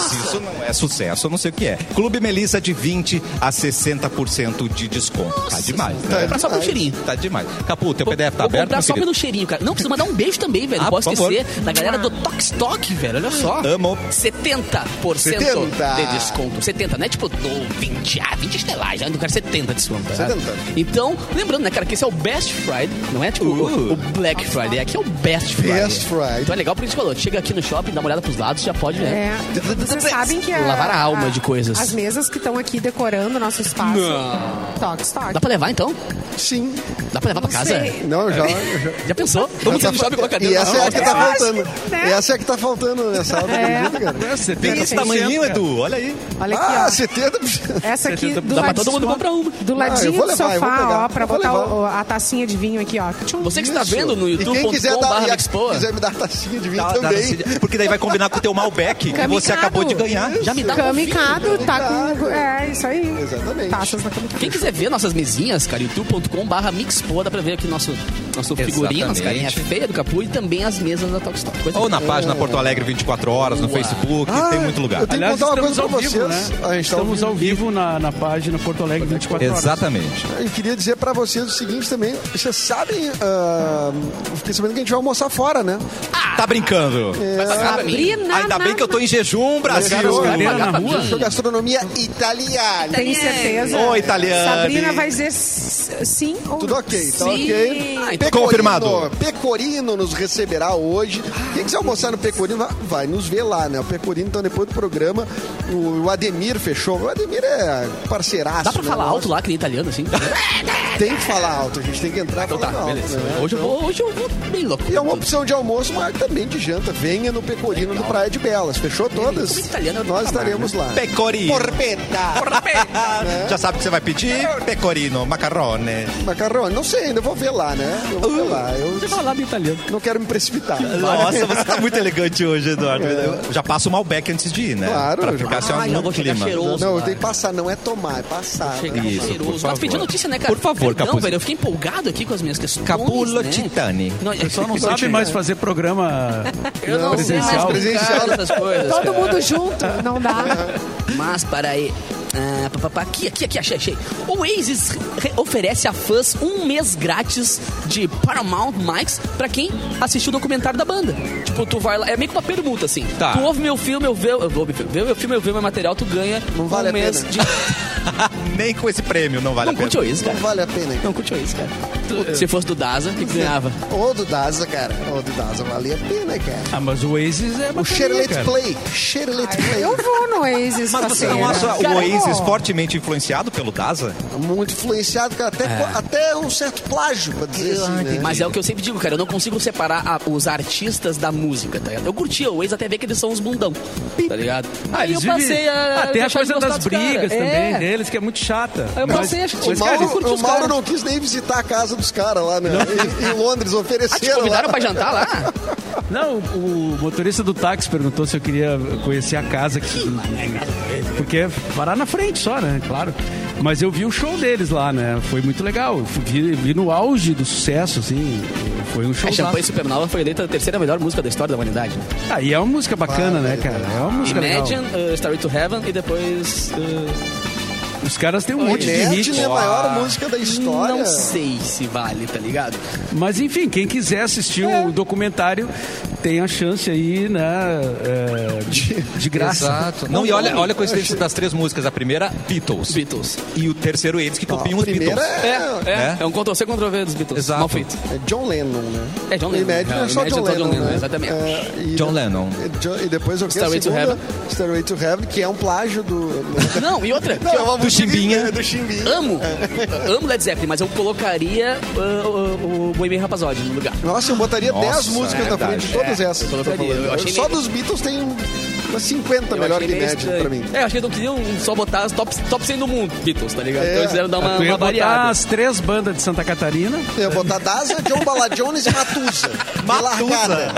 B: Se isso não é sucesso, eu não sei o que é. Clube Melissa de 20 a 60% de desconto. Tá demais.
D: Vou
B: Né?
D: comprar só pelo cheirinho.
B: Tá demais. Capu, teu
D: Vou-
B: PDF tá
D: Vou
B: aberto,
D: comprar
B: meu
D: só
B: querido?
D: pelo cheirinho, cara. Não, preciso mandar um beijo também, velho.
B: Ah,
D: Não posso
B: por favor. Ah.
D: esquecer. Da galera do Tox Talk, velho. Olha só.
B: Amo.
D: 70%
E: 70.
D: de desconto. 70, né? Tipo, do 20. Ah, 20 estelares. Eu quero 70 de desconto. né?
E: 70.
D: Então, lembrando, né, cara, que esse é o Best Friday. Não é tipo
B: Uh.
D: o- o Black Friday. Aqui é o Best Friday.
E: Best Friday.
D: Então é legal por isso que falou. Chega aqui no shopping, dá uma olhada pros lados, já pode, né?
C: É, vocês sabem que a,
D: Lavar a alma de coisas.
C: As mesas que estão aqui decorando o nosso espaço. Tox, tox.
D: Dá pra levar, então?
E: Sim.
D: Dá pra levar pra
C: Não
D: casa?
C: sei.
E: Não, já. já
D: Já pensou? Vamos
E: já
D: sair do shopping com a cadeira
E: E
D: na
E: essa é a
D: mão.
E: que tá
C: Eu acho
E: faltando.
C: que, né?
E: Essa é a que tá faltando nessa aula, acredita, cara?
F: É, 70%.
B: Tem esse tamanhinho, Edu, olha aí.
C: Olha aqui,
E: Ah,
C: ó.
E: 70%.
C: Essa aqui do,
D: Dá pra
C: lado-
D: todo mundo comprar uma.
C: do
E: eu
C: ladinho
E: vou
C: do
E: levar, eu vou pegar.
C: sofá, ó, pra
E: Eu vou
C: botar
E: levar.
C: o- a tacinha de vinho aqui, ó. Tchum.
D: Você que está vendo no
E: E quem quiser, dar,
D: youtube.com.br
E: e a-
D: Expo,
E: quiser me dar tacinha de vinho
B: Dá- dá-
E: também.
B: porque daí vai combinar com o teu Malbec que você
C: Kamikado.
B: acabou de ganhar.
D: já me dá um
C: Camicado, tá com.
E: Camicado.
C: É, isso aí.
E: Exatamente.
C: Taças na camicado.
D: Quem quiser ver nossas mesinhas, cara, youtube.com.br Mixpo, dá pra ver aqui nosso, nosso figurinas,
B: Exatamente.
D: cara, é feia do Capu e também as mesas da Talk Stock. Coisa
B: Ou na
D: boa.
B: página Porto Alegre 24 horas, no
D: Boa.
B: Facebook,
E: Ah,
B: tem muito lugar.
E: eu tenho-
F: Aliás,
E: contar uma
F: estamos
E: coisa
F: ao
E: pra
F: vivo,
E: vocês.
F: né?
E: Ah, a gente tá ao
F: estamos
E: vivo.
F: ao vivo na, na página Porto Alegre 24 horas.
B: Exatamente.
E: Eu queria dizer pra vocês o seguinte também. Vocês sabem. ah, eu fiquei sabendo que a gente vai almoçar fora, né?
B: Tá brincando.
D: Vai pagar pra mim.
C: Sabrina,
B: Ainda bem que eu tô em jejum, Brasil.
E: Cara,
F: Galera na rua?
E: Show gastronomia italiana.
C: Tenho certeza.
B: Ô, italiane.
C: Sabrina vai dizer s- sim ou
E: Tudo ok, tá
C: Sim.
E: ok.
D: Ah, então
E: Pecorino,
B: confirmado.
E: Pecorino nos receberá hoje.
D: Ah.
E: Quem quiser almoçar no Pecorino, vai- vai nos ver lá, né? O Pecorino, então, depois do programa, o o Ademir fechou. O Ademir é parceiraço.
D: Dá pra
E: né?
D: falar
E: Nossa,
D: alto lá, que nem italiano, assim?
E: Tem que falar alto, a gente tem que entrar então
D: tá,
E: falando alto.
D: beleza.
E: né?
D: Hoje eu vou, hoje eu vou bem louco.
E: E é uma opção de almoço, mas também de janta. Venha no Pecorino do Praia de Belas. Fechou todas?
D: Como italiano, é eu
E: Nós
D: trabalho,
E: estaremos lá.
B: Pecorino.
E: Porpeta.
B: Já sabe o que você vai pedir? Pecorino, macarrone.
E: Macarrão, não sei, ainda vou ver lá, né? Eu vou ver lá. Eu
D: Uh. Você falar bem italiano.
E: não quero me precipitar.
B: Nossa, você tá muito elegante hoje, Eduardo. Eu já passa o Malbec antes de ir, né?
E: Claro,
B: pra
E: já
B: ficar assim,
D: Ah,
B: ó,
D: já
B: no
D: vou chegar
B: clima.
D: cheiroso.
E: Não, eu
D: cara.
E: tenho que passar, não é tomar, é passar.
D: Chegar
E: né?
B: Isso, por
D: cheiroso. Tá
B: favor.
D: pedindo notícia, né, cara?
B: Por favor,
D: Não,
B: Capu.
D: velho, eu fiquei empolgado aqui com as minhas questões.
B: Capulo
D: né?
B: Titani.
D: Não, eu
F: Só não sabe mais fazer programa.
D: Eu não sei mais brincar
F: Presencial.
E: Presencial.
D: dessas coisas.
C: Todo
D: cara.
C: mundo junto, não dá. né?
D: Mas para aí. Ah, pá, pá, pá. aqui, aqui, aqui, achei, achei. O Oasis re- oferece a fãs um mês grátis de Paramount Max pra quem assistiu o documentário da banda. Tipo, tu vai lá, é meio que uma permuta, assim.
B: Tá.
D: Tu ouve meu filme, eu vejo, eu ouve, vê meu filme, eu vejo meu material, tu ganha
E: Não vale
D: um
E: a
D: mês
E: pena.
D: de...
B: Nem com esse prêmio não vale
D: Não
B: a pena.
D: curte o Oasis,
E: Não
D: cara.
E: vale a pena. hein?
D: Não curte o Oasis, cara. Tu- se fosse do Daza, o que que ganhava?
E: Ô, do Daza, cara. Ô, do Daza, vale a pena, cara.
F: Ah, mas o Oasis é
E: O
D: tá
E: Share
F: bacaninha,
E: Let's
F: cara.
E: Play. Share Let's Play.
C: Eu vou no Oasis,
B: Mas você não
C: parceira.
B: acha o
C: Tá Cara,
B: Oasis
C: eu-
B: fortemente influenciado pelo Daza?
E: Muito influenciado, cara. Até,
D: É.
E: até um certo plágio, pra dizer assim, né?
D: Mas é o que eu sempre digo, cara, eu não consigo separar a- os artistas da música, tá ligado? Eu curtia o Waze até ver que eles são uns bundão, tá ligado?
F: Ah,
D: Aí eu
F: eles vivem-
D: passei a.
F: Ah, tem a
D: deixar de
F: coisa
D: gostar
F: das
D: dos caras.
F: brigas
D: É.
F: também deles, que é muito chata.
D: Eu
F: Mas-
D: passei, acho que
E: O
D: Mas, cara, eles
E: Mauro,
D: curtem
E: o
D: os
E: Mauro
D: caras.
E: não quis nem visitar a casa dos caras lá, né? Em, em Londres,
D: Ah, te
E: ofereceram lá.
D: convidaram pra jantar lá?
F: Não, o o motorista do táxi perguntou se eu queria conhecer a casa. Que... Porque é parar na frente só, né? Claro. Mas eu vi o show deles lá, né? Foi muito legal. Eu fui- Vi, vi no auge do sucesso, assim. Foi um show.
D: A Champanhe Supernova É, foi eleita a terceira melhor música da história da humanidade. né?
F: Ah, e é uma música bacana, né,
E: Vai,
F: cara? É uma música legal.
D: Imagine, uh, Story to Heaven e depois. uh,
F: Os caras têm um monte de hit.
E: Imagine a né? maior música da história.
D: Ah. Não sei se vale, tá ligado?
F: Mas enfim, quem quiser assistir o documentário tem a chance aí, né? é, de, de graça.
B: Não, e olha, olha a coincidência das três músicas. A primeira, Beatles.
D: Beatles.
B: E o terceiro, eles que
E: Ó,
D: um
B: copiam
E: a
B: os
E: primeira
B: Beatles.
E: é,
D: É, é, é um Ctrl C, Ctrl V dos Beatles.
B: Exato.
D: Mal feito.
E: é John Lennon, né?
D: É John Lennon.
E: Imagine é,
D: É,
E: só John
D: Imagine é só
E: Lennon,
D: John Lennon,
E: né?
D: exatamente.
E: É, e-
B: John Lennon.
E: E Jo- E depois eu
D: Stairway to Heaven.
E: Stairway to Heaven, que é um plágio do...
D: Não, e outra.
E: Não, é uma
B: Do
E: música
B: Chimbinha.
E: do Chimbinha.
D: Amo, amo Led Zeppelin, mas eu colocaria uh, o, o Bohemian Rhapsody no lugar.
E: Nossa, eu botaria
B: Nossa,
E: 10 músicas
B: é
E: na frente de
B: verdade.
E: todas todas essas.
D: eu
E: que eu tô
D: colocaria,
E: falando.
D: eu achei
E: Só
D: meio-
E: dos Beatles tem um, umas 50
D: Eu
E: melhor
D: achei
E: que
D: meio
E: Imagine
D: estranho.
E: pra mim.
D: É, eu achei que não queriam só botar as top, top 100 do mundo, Beatles, tá ligado?
E: É.
D: Então eles quiseram dar uma,
F: Ah, tu ia
D: uma
F: botar
D: variada.
F: as três bandas de Santa Catarina.
E: Eu ia botar Daza, John Bala Jones e Matusa. Largada.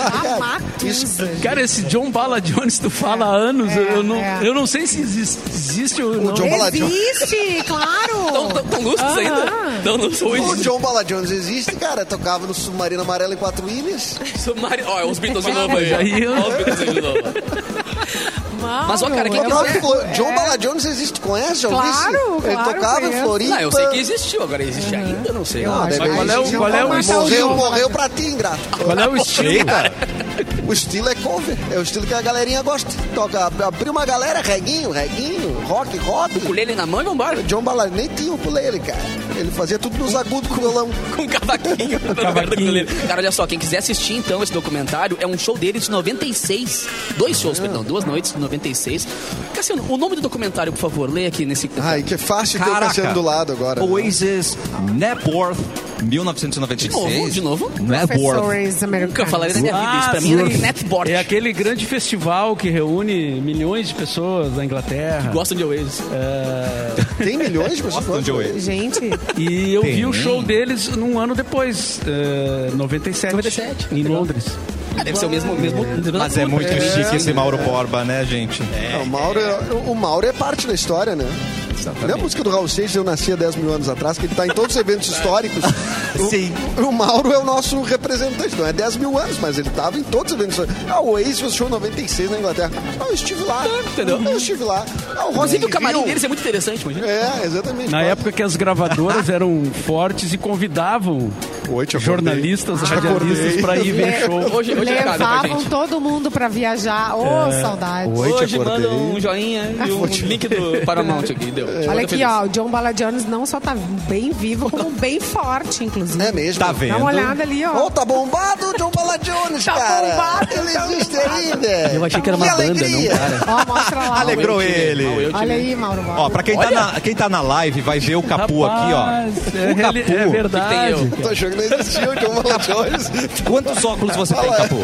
C: Ah,
E: Largada.
C: Matusa,
E: Isso-
C: gente.
F: Cara, esse John Bala Jones, tu fala há anos,
C: é,
F: eu, não,
C: é.
F: eu não sei se existe, existe ou não.
E: John Bala Jones.
C: Existe,
D: Tão,
C: claro!
D: tão, tão lustros
C: Ah.
D: ainda? Tão lustros
E: O
D: hoje.
E: John Bala Jones existe, cara. Tocava no Submarino Amarelo e Quatro Ilhas.
D: Submari- Ó, os Beatles de novo aí.
F: Aí,
D: Ó, os Beatles de novo.
C: Mauro,
D: Mas, ó, cara, quem
E: O
C: eu
E: próprio
C: sei-
E: Flo- John
C: é.
E: Bala Jones existe, conhece? Já ouvi
C: Claro,
E: isso? Ele
C: claro,
E: tocava em
C: conheço.
E: Floripa.
D: Não, Ah, eu sei que existiu, agora existe ainda, não sei.
E: Ah, deve
F: Mas qual é o-
E: existir.
F: qual é o estilo?
E: Morreu, morreu pra ti, ingrato.
F: Qual é o estilo?
B: Eita!
E: O estilo é cover. É o estilo que a galerinha gosta. Toca, abriu uma galera, reguinho, reguinho, rock, rock.
D: Colher ele na mão e vambora.
E: John Bala nem tinha o ukulele, cara. Ele fazia tudo nos agudos com o violão.
D: Com um cavaquinho. na perna do goleiro. Cara, olha só, quem quiser assistir então esse documentário, é um show dele de 96. Dois shows, perdão, duas noites de 96. Cassiano, o nome do documentário, por favor, lê aqui nesse.
E: Ai, que fácil ter o
B: Caraca.
E: Cassiano do lado agora. né?
B: Oasis Napworth 1996.
D: De novo, de
B: Napworth.
C: Professores
D: Nunca falaria
C: americanos.
D: na minha é vida. Isso pra mim
F: sim.
D: era netboard.
F: É aquele grande festival que reúne milhões de pessoas na Inglaterra.
D: Gostam de Oasis.
E: Tem milhões de pessoas?
B: Gostam de Oasis.
C: Gente,
F: E eu vi
B: Tem.
F: o show deles num ano depois, eh, 97,
D: 97,
F: em
D: legal.
F: Londres.
D: Ah, deve ser o mesmo. mesmo mesma
B: Mas é
D: turma.
B: muito chique esse Mauro Borba, né, gente?
E: Não, o, Mauro, é- o Mauro é parte da história, né? Não é a música do Raul Seixas, Eu Nasci há 10 mil anos atrás, que ele tá em todos os eventos
D: É.
E: históricos. O-
B: Sim.
E: O Mauro é o nosso representante, não é 10 mil anos, mas ele tava em todos os eventos históricos. Ah, o Oasis fez show em 96 na Inglaterra. Ah, eu estive lá.
D: É, entendeu?
E: Eu estive lá. Ah, o Rock
D: Inclusive,
E: in
D: o camarim
E: Rio.
D: deles é muito interessante, imagina.
E: É, exatamente.
F: Na época que as gravadoras eram fortes e convidavam
E: Oi, te acordei.
F: jornalistas,
E: Te
F: radialistas
E: acordei.
F: para ir ver show.
D: Hoje, hoje é caro pra
C: levavam
D: gente.
C: todo mundo pra viajar. Ô, saudade.
E: Oi, te
D: Hoje manda
E: acordei.
D: um joinha e um link do Paramount aqui. Deu.
C: Olha aqui, ó, o John Bala Jones não só tá bem vivo, como bem forte, inclusive.
E: É mesmo.
B: Tá vendo?
C: Dá uma olhada ali, ó.
E: Oh, tá bombado o John Balajones,
C: Tá
E: cara.
C: bombado,
E: Ele
C: tá
E: existe
C: bombado.
E: ainda.
D: Eu achei que era uma banda,
E: alegria.
D: não, cara.
C: Ó, mostra lá.
B: Alegrou ele.
C: Olha aí, Mauro. Borba.
B: Ó, pra quem tá, na, quem tá na live, vai ver o Capu aqui,
F: Rapaz,
B: ó.
F: É,
B: O
F: reali- é
B: Capu.
F: verdade.
E: Tô achando que não existia o John Balajones.
B: Quantos óculos você tem, Capu?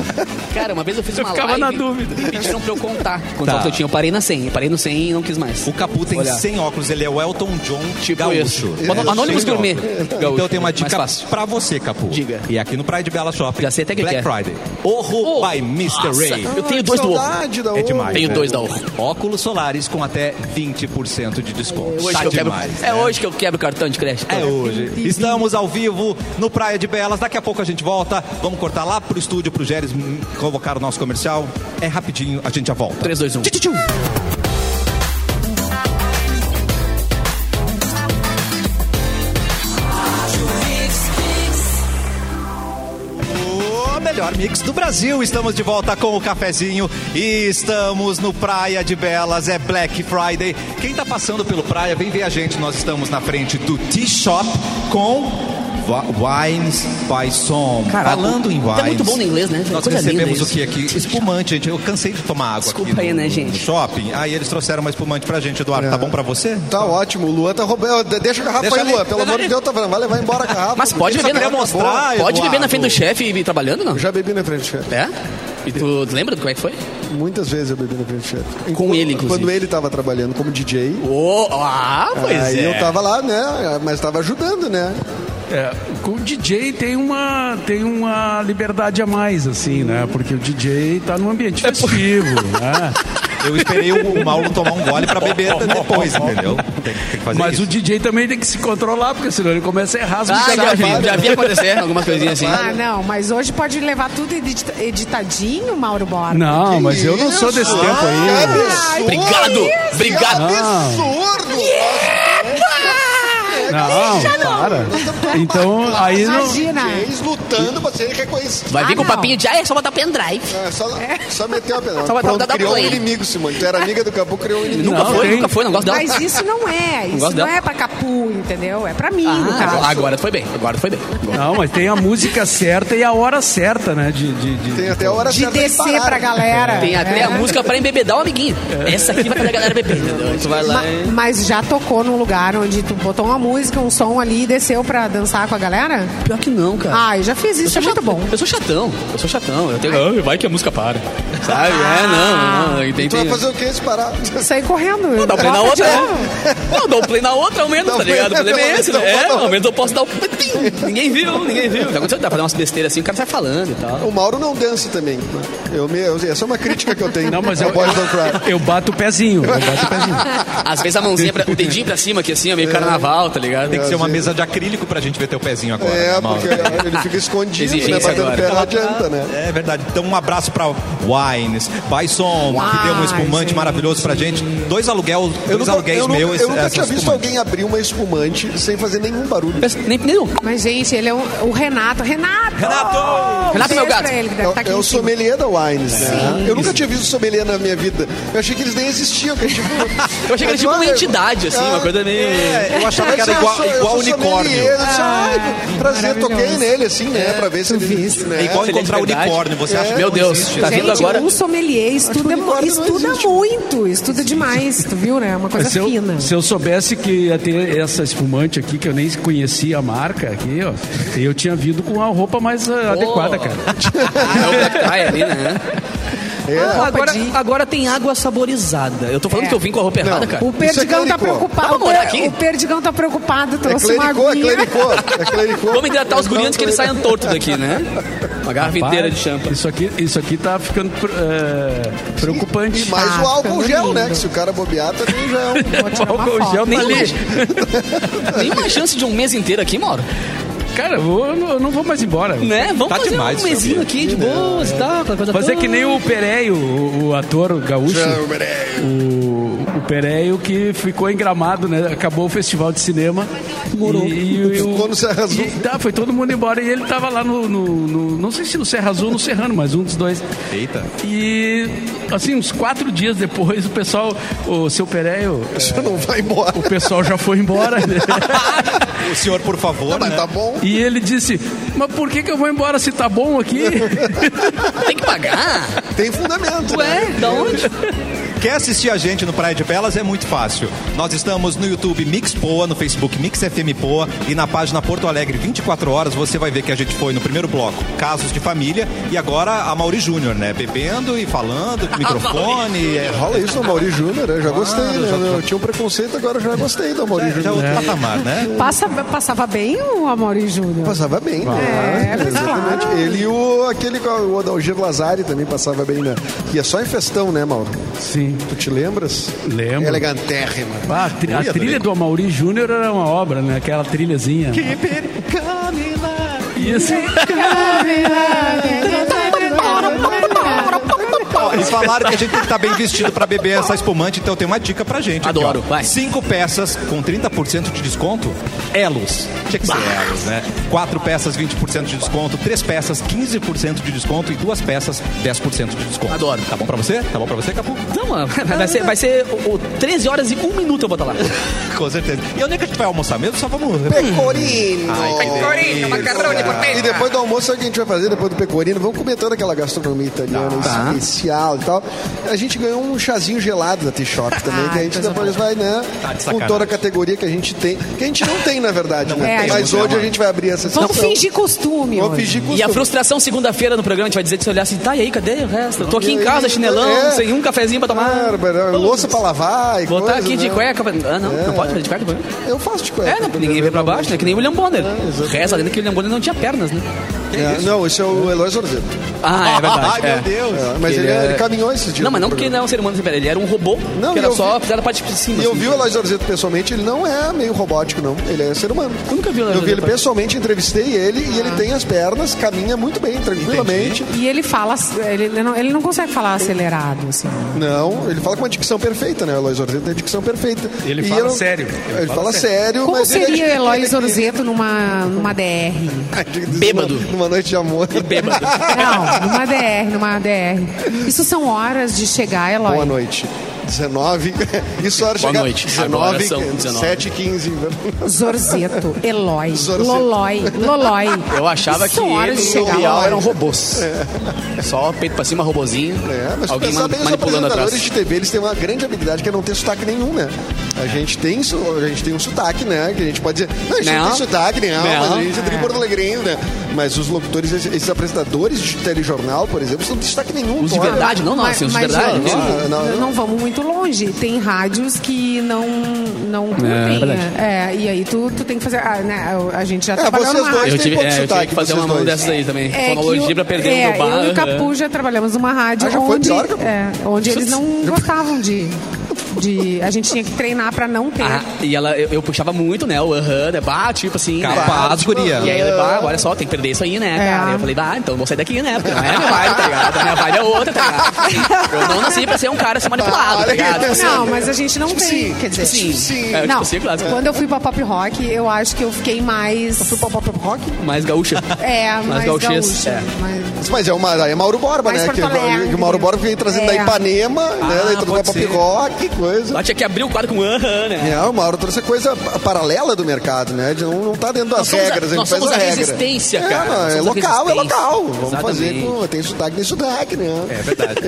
D: Cara, uma vez eu fiz
F: Eu
D: uma
F: ficava
D: live
F: na dúvida.
D: e pediram pra eu contar quantos
B: Tá.
D: óculos eu tinha. Eu parei na 100. Eu parei no 100 e não quis mais.
B: O Capu tem
D: Olha.
B: 100 óculos, ele é o Elton John
D: Tipo
B: gaúcho.
D: isso. Ano-
B: Ele é
D: Anônimos
B: cheio de
D: Gourmet.
B: óculos.
D: Gaúcho.
B: Então eu tenho uma
D: Mais
B: dica
D: fácil.
B: pra você, Capu.
D: Diga.
B: E aqui no Praia de Bela Shopping.
D: Já sei até que
B: Black
D: que é.
B: Friday. Orro
D: Oh,
B: by Mr.
D: nossa,
B: Ray.
D: Eu tenho dois do ovo.
E: Saudade da
B: É demais.
D: Tenho
B: né?
D: dois da ovo.
B: Óculos solares com até 20% de desconto.
D: Hoje
B: Tá
D: que eu quebro,
B: demais.
D: é hoje que eu quebro o cartão de crédito.
B: É hoje. Estamos ao vivo no Praia de Belas. Daqui a pouco a gente volta. Vamos cortar lá pro estúdio, pro Géres hum, convocar o nosso comercial. É rapidinho, a gente já volta.
D: 3, 2, 1.
B: O melhor mix do Brasil. Estamos de volta com o cafezinho e estamos no Praia de Belas. É Black Friday. Quem tá passando pelo praia, vem ver a gente. Nós estamos na frente do Tea Shop com Va- Wines by Som.
D: Caraca,
B: Falando em wines.
D: tá muito bom no inglês, né?
B: Nós
D: Coisa
B: recebemos
D: linda
B: o que
D: isso.
B: aqui? Espumante, gente. Eu cansei de tomar água
D: Desculpa
B: aqui
D: aí,
B: no,
D: né,
B: no
D: gente?
B: shopping. Aí eles trouxeram uma espumante pra gente, Eduardo.
F: É.
B: Tá bom pra você?
E: Tá ótimo, o Luan tá roubando. De- Deixa a garrafa
B: Deixa
E: aí,
B: ali,
E: Luan. Pelo
B: deixa
E: amor
B: ali.
E: de Deus, tá falando. Vai levar embora a garrafa. é
D: Mas pode né?
B: só
D: beber,
B: queria
D: na... tá?
B: mostrar,
D: pode
B: Eduardo.
D: beber na frente do chefe e ir trabalhando, não?
E: Eu Já bebi na frente do chefe.
D: É? E tu lembra como é que foi?
E: Muitas vezes eu bebi na frente do chefe.
D: Com ele, inclusive.
E: Quando ele tava trabalhando como DJ.
D: Oh, ah, pois
E: aí
D: é.
E: eu tava lá, né? Mas tava ajudando, né?
F: É, com o DJ tem uma, tem uma liberdade a mais, assim, né? Porque o DJ tá num ambiente
E: É
F: festivo, né?
B: Eu esperei o o Mauro tomar um gole pra beber depois, entendeu? Tem, tem que fazer
F: Mas
B: isso.
F: o DJ também tem que se controlar, porque senão ele começa a errar as
D: Ah, já,
F: mensagens.
D: vi, já vi acontecer algumas coisinhas assim.
C: Ah, não, mas hoje pode levar tudo edit- editadinho, Mauro Borba.
F: Não,
E: Que
F: Ah, mas eu não sou
E: isso? Ah, é
F: desse tempo
E: Que absurdo!
F: aí. Ah.
D: Obrigado! Obrigado!
E: Que absurdo!
F: Não, para. Então, aí não.
C: Imagina.
E: DJs lutando pra ser reconhecido.
D: Vai vir
C: Ah,
D: com
C: não.
D: papinho de, ah, é só botar pendrive.
E: É, só, só meteu a pedra.
D: Só vai dar-
E: Pronto,
D: dar
E: criou um
D: play.
E: inimigo, Simone. Tu era amiga do Capu, criou um inimigo.
D: Nunca
F: Não,
D: foi,
F: tem.
D: nunca foi, não gosto dela.
C: Mas isso não é, isso
D: gosto
C: não
D: dela.
C: é pra Capu, entendeu? É pra mim, no
D: Ah,
C: caso.
D: agora- agora tu foi bem, agora tu foi bem. Agora-
F: Não, mas tem a música certa e a hora certa, né? De, de, de-
E: Tem até a hora
C: De
E: certa
C: descer
E: parar. né?
C: pra galera.
D: Tem até
C: É.
D: a música pra embebedar o amiguinho. Essa aqui vai fazer a galera beber, entendeu? Tu vai lá
C: Ma-
D: e...
C: Mas já tocou num lugar onde tu botou uma, mu- música, um som ali e desceu pra dançar com a galera?
D: Pior que não, cara.
C: Ah, eu já fiz isso, é muito
D: chat-
C: bom.
D: É. Eu sou chatão, eu sou chatão. Eu tenho, Ah, vai que a música para. Sabe? É, não, não. Entendi.
E: Tu vai fazer o quê se parar?
C: Eu saí correndo.
D: Não, dá um play na
C: Toca de
D: outra,
C: novo.
D: né? Não, dá um play na outra ao menos,
E: Dá um
D: tá
E: play,
D: ligado? O
E: né?
D: problema é
E: Pelo
D: esse,
E: menos
D: né?
E: dá
D: É,
E: um-
D: ao menos eu posso dar um... Tim! Ninguém viu, ninguém viu. Já aconteceu, dá pra dar umas besteiras assim, o cara sai falando e tal.
E: O Mauro não dança também. Eu, me- eu, essa é uma crítica que eu tenho.
F: Não, mas
E: ao
F: eu,
E: Boys Don't Cry.
F: eu bato o pezinho. Eu bato o pezinho.
D: Às vezes a mãozinha, pra, o dedinho pra cima aqui assim, é meio carnaval, tá ligado?
B: Tem que ser uma
E: Brasil.
B: mesa de acrílico pra gente ver teu pezinho agora.
E: É,
B: né, Mauro?
E: porque ele fica escondido, né?
D: Exigência
E: Batendo
D: agora.
E: pé não adianta, né?
B: É verdade. Então, um abraço pra Wines, Bison, que deu um espumante
C: gente.
B: maravilhoso pra gente. Dois, aluguel,
E: Eu
B: dois
E: nunca,
B: aluguéis
E: eu nunca-
B: meus.
E: eu nunca
B: essa
E: tinha visto
B: espumante.
E: alguém abrir uma espumante sem fazer nenhum barulho.
D: Mas Nem, nem não.
C: Mas, gente, ele é um- o Renato. Renato!
B: Renato!
C: Um
D: Renato, meu
C: beijo
D: gato.
C: pra Ele, que deve
E: Eu,
C: tá aqui
E: eu
C: em
E: sou
C: cima.
E: é sommelier da Wines, né? Eu nunca tinha visto sommelier na minha vida. Eu achei que eles nem existiam. Que é tipo,
D: Eu achei que era tipo uma
E: Olha,
D: entidade, assim,
E: é,
D: uma coisa meio...
B: É, eu achava
E: Mas
B: que era
E: eu
B: igual,
E: sou- eu
B: igual
E: sou
B: unicórnio.
E: sommelier, eu disse, ai,
D: Ah,
E: prazer, toquei
C: maravilhoso.
E: nele, assim,
D: É,
E: né? Pra ver se ele... Né?
B: É igual
D: Seria
B: encontrar
D: de verdade?
B: unicórnio, você acha que
D: Meu
B: não
D: Deus,
B: existe.
D: tá
C: Gente,
D: vendo agora?
C: um sommelier estuda,
E: Acho que por enquanto não
C: estuda
E: existe.
C: muito, estuda demais, tu viu, né? É uma coisa
F: se,
C: fina.
F: eu, se eu soubesse que ia ter essa espumante aqui, que eu nem conhecia a marca aqui, ó, eu tinha vindo com a roupa mais ah,
D: Tá
F: adequada, cara.
D: Ah, é o Black Tie ali, né?
C: roupa
D: Ah, agora,
C: de-
D: agora tem água saborizada. Eu tô falando
C: É.
D: que eu vim com a roupa errada, cara.
C: O
E: Isso é
C: Perdigão tá
E: clericô.
C: preocupado.
D: Dá pra
C: o,
D: morar aqui?
C: o Perdigão tá preocupado,
E: É
C: trouxe uma
E: clericô, é
C: aguinha.
E: clericô, é clericô.
D: Vamos hidratar os gurinhos que eles saiam torto daqui, né? Uma garrafa inteira de champa.
F: Isso aqui, isso aqui tá ficando eh, preocupante.
E: E mais
D: tá
C: Ah,
E: o álcool
C: ficando
E: gel,
C: lindo.
E: né? Que se o cara bobear, também já é um...
C: Vou tirar uma
F: Álcool
C: foto.
F: gel tá ali.
D: Nenhuma chance de um mês inteiro aqui, Mauro.
F: Cara, eu, vou- eu não- eu não vou mais embora.
D: Né? Vamos
B: Tá
D: fazer
B: demais,
D: um mesinho
B: meu
D: aqui de boas e tal, aquela coisa
F: Fazer
D: toda.
F: que nem o Pereio, o, o ator gaúcho. O, o Pereio que ficou em Gramado, né? Acabou o festival de cinema. Morou. E, e o-
E: Ficou no Serra Azul.
F: e- tá, foi todo mundo embora. E ele tava lá no, no- no- Não sei se no Serra Azul ou no Serrano, mas um dos dois.
B: Eita.
F: E, assim, uns quatro dias depois, o pessoal... O seu Pereio...
E: Você não vai embora.
F: O pessoal já foi embora. né?
B: O senhor, por favor,
E: Mas
B: né?
E: tá bom.
F: E ele disse: Mas por que, que eu vou embora se tá bom aqui?
D: Tem que pagar.
E: Tem fundamento,
D: Ué,
E: né?
D: da onde?
B: Quer assistir a gente no Praia de Belas? É muito fácil. Nós estamos no YouTube Mix Poa, no Facebook Mix FM Poa e na página Porto Alegre 24 horas você vai ver que a gente foi no primeiro bloco Casos de Família e agora a Mauri Júnior, né? Bebendo e falando com o microfone. é,
E: Rola isso no Mauri Júnior, eu já gostei, né? Eu tinha um preconceito, agora eu já gostei do Mauri
B: já é
E: Júnior.
B: outro patamar, né?
C: Passa- passava bem o Amaury Júnior?
E: Passava bem,
C: É,
E: né?
C: mas
E: Exatamente.
C: claro.
E: Ele e o, aquele, o Adalgir Lazari também passava bem, né? E é só em festão, né, Mauro?
F: Sim.
E: Tu te lembras?
F: Lembro.
E: Elegantérrima.
F: Ah, a, tri- a
B: Ui, adorei.
F: trilha do Amaury Júnior era uma obra, né? Aquela trilhazinha. assim, Isso.
D: É
B: Ó, Eles falaram que a gente tem que estar bem vestido para beber essa espumante, então tem uma dica pra gente. aqui,
D: Adoro,
B: ó.
D: vai.
B: Cinco peças com 30% de desconto, Elos. Tinha que ser Elos, né? Quatro peças, 20% de desconto. Três peças, 15% de desconto. E duas peças, 10% de desconto.
D: Adoro.
B: Tá bom pra você? Tá bom pra você, Capu?
D: Não, mano, Então, vai ser, vai ser o, o 13 horas e 1 minuto eu vou estar lá.
B: Com certeza. E onde é que a gente vai almoçar mesmo? Só vamos...
E: É Pecorino!
B: Pecorino,
E: macarrão E depois do almoço, sabe o que a gente vai fazer depois do pecorino? Vamos comer toda aquela gastronomia italiana
D: Tá.
E: especial e tal. A gente ganhou um chazinho gelado da T-Shop também, que a gente depois vai, né?
B: Tá de
E: com
B: sacanagem.
E: toda a categoria que a gente tem. Que a gente não tem, na verdade, né?
C: tem,
E: Mas
B: não
E: hoje
B: tem.
E: a gente vai abrir essa sessão.
C: Vamos fingir costume.
E: Vamos
C: hoje.
E: fingir com
D: E a frustração segunda-feira no programa, a gente vai dizer que você olhar assim, tá, e aí, cadê o resto? Eu tô aqui
E: E
D: em
E: aí,
D: casa, chinelão,
E: é.
D: sem um cafezinho pra tomar.
E: Bárbara, louça pra lavar e
D: Botar
E: coisa,
D: aqui de
E: né?
D: cueca. pra- Ah, não,
E: É.
D: não pode fazer de cueca. pra mim.
E: Eu faço de cueca.
D: É, não, ninguém vê pra baixo, né? Que nem o William Bonner.
E: É, exatamente.
D: Reza a lenda que o William Bonner não tinha pernas, né?
E: É, não, esse é o Eloy Zorzeto.
D: Ah, é verdade.
B: Ai,
D: é.
B: meu Deus.
E: É, mas ele,
D: Ele é-
E: ele caminhou esses dias.
D: Não, mas não
E: no
D: porque
E: programa.
D: ele não é um ser humano sem perna, ele era um robô
E: Não,
D: que
E: e
D: era
E: eu
D: só
E: vi-
D: fizeram a parte de cima.
E: E eu
D: assim.
E: vi o Eloy Zorzeto pessoalmente, ele não é meio robótico, não. Ele é ser humano.
D: Eu nunca vi o Eloy
E: Eu vi ele
D: Zorzeto.
E: pessoalmente, entrevistei ele e
D: Ah.
E: ele tem as pernas, caminha muito bem, tranquilamente.
C: E ele fala, ele ele não, ele não consegue falar acelerado, assim.
E: Não, ele fala com uma dicção perfeita, né? O Eloy Zorzeto tem a dicção perfeita.
F: Ele
E: E
F: fala
E: eu
F: sério.
E: Ele, fala sério,
C: Como
E: mas ele é
C: seria
E: de-
C: Eloy
E: ele- é
C: Zorzeto numa, numa DR?
D: Bêbado.
E: Numa noite de amor.
D: Bêbado.
C: Não, numa DR, numa DR. Isso são horas de chegar, Eloy.
E: Boa noite. 19. Isso hora chegar.
D: noite.
E: 19,
D: Agora são 19.
E: 7 15.
C: Zorzeto, Eloy,
E: Zorzeto.
C: Lolói, Lolói.
D: Eu achava
C: Isso
D: que
C: é hora
D: ele
C: de
D: e
C: chegar
D: o Bial
C: lá.
D: eram robôs. Só peito pra cima, robozinho.
E: É, mas se
D: alguém
E: pensar
D: man-
E: bem, os
D: manipulando
E: apresentadores
D: atrás.
E: de TV, eles têm uma grande habilidade que é não ter sotaque nenhum, né? A gente tem, su- a gente tem um sotaque, né? Que a gente pode dizer, não, a gente não,
D: Não.
E: tem sotaque, não,
D: Não.
E: mas a gente é de Porto Alegrense, né? Mas os locutores, esses- esses apresentadores de telejornal, por exemplo, eles não têm sotaque nenhum.
D: Os de
E: Olha,
D: verdade, não, não, assim, os de
C: mas,
D: verdade.
C: gente,
D: né?
E: não, não,
C: não,
E: não.
C: vamos muito longe. Tem rádios que não, não
F: É,
C: curtem.
F: verdade.
C: É, e aí tu, tu tem que fazer. ah, né, a gente já
E: É,
D: Tá
C: trabalhou
E: vocês
C: numa
E: dois
C: rádio.
D: Eu
E: Tem
D: tive,
E: pouco
D: é, eu tive
E: sotaque,
D: que fazer uma
E: vocês
D: mão
E: dois.
D: dessas aí também.
C: É que
D: Fonologia
C: o-
D: pra perder
C: é,
D: o meu bar. né?
C: Eu e o Capu já trabalhamos numa rádio
E: Ah, já foi
C: onde,
E: pior, Capu?
C: é, onde eles não gostavam de, de. A gente tinha que treinar pra não ter.
D: Ah, e ela, eu, eu puxava muito, né? O aham, né? Bah, tipo assim. né?
B: Capaz, guria.
D: E aí ela, bah, olha só, tem que perder isso aí, né, cara?
C: É.
D: Eu falei, bah, então eu vou sair daqui, né? Porque não é minha vibe, tá ligado? A minha vibe é outra, tá ligado? Eu não nasci pra ser um cara assim manipulado, tá
E: Olha que
D: ligado?
E: interessante.
C: Não, mas a gente não tem. quer dizer,
D: Sim,
E: É, Tipo sim.
D: É, tipo
C: não,
D: assim, claro.
C: quando eu fui pra pop rock, eu acho que eu fiquei mais.
D: Mais gaúcha.
C: É, mais
D: gauchês,
C: gaúcha.
D: é.
C: mais-
E: Mas é, uma, é Mauro Borba,
C: Mas
E: né?
C: Porto
E: Que,
C: Alegre.
E: que o Mauro Borba vem trazendo da
C: É.
E: Ipanema, né? Daí trouxe
D: Ah, pode
E: da pop
D: ser.
E: rock, coisa.
D: Lá tinha que abrir o quadro com aham, né?
E: É, o Mauro trouxe coisa pa- paralela do mercado, né? De não, não tá dentro das
D: Nós somos a-
E: regras, ele
D: nós
E: faz
D: somos
E: a
D: a
E: regra.
D: resistência,
E: É,
D: cara.
E: não,
D: Nós
E: é
D: somos a
E: local, é
D: resistência.
E: local. Vamos fazer
D: Exatamente.
E: com... Tem sotaque, tem sotaque, né?
B: É verdade.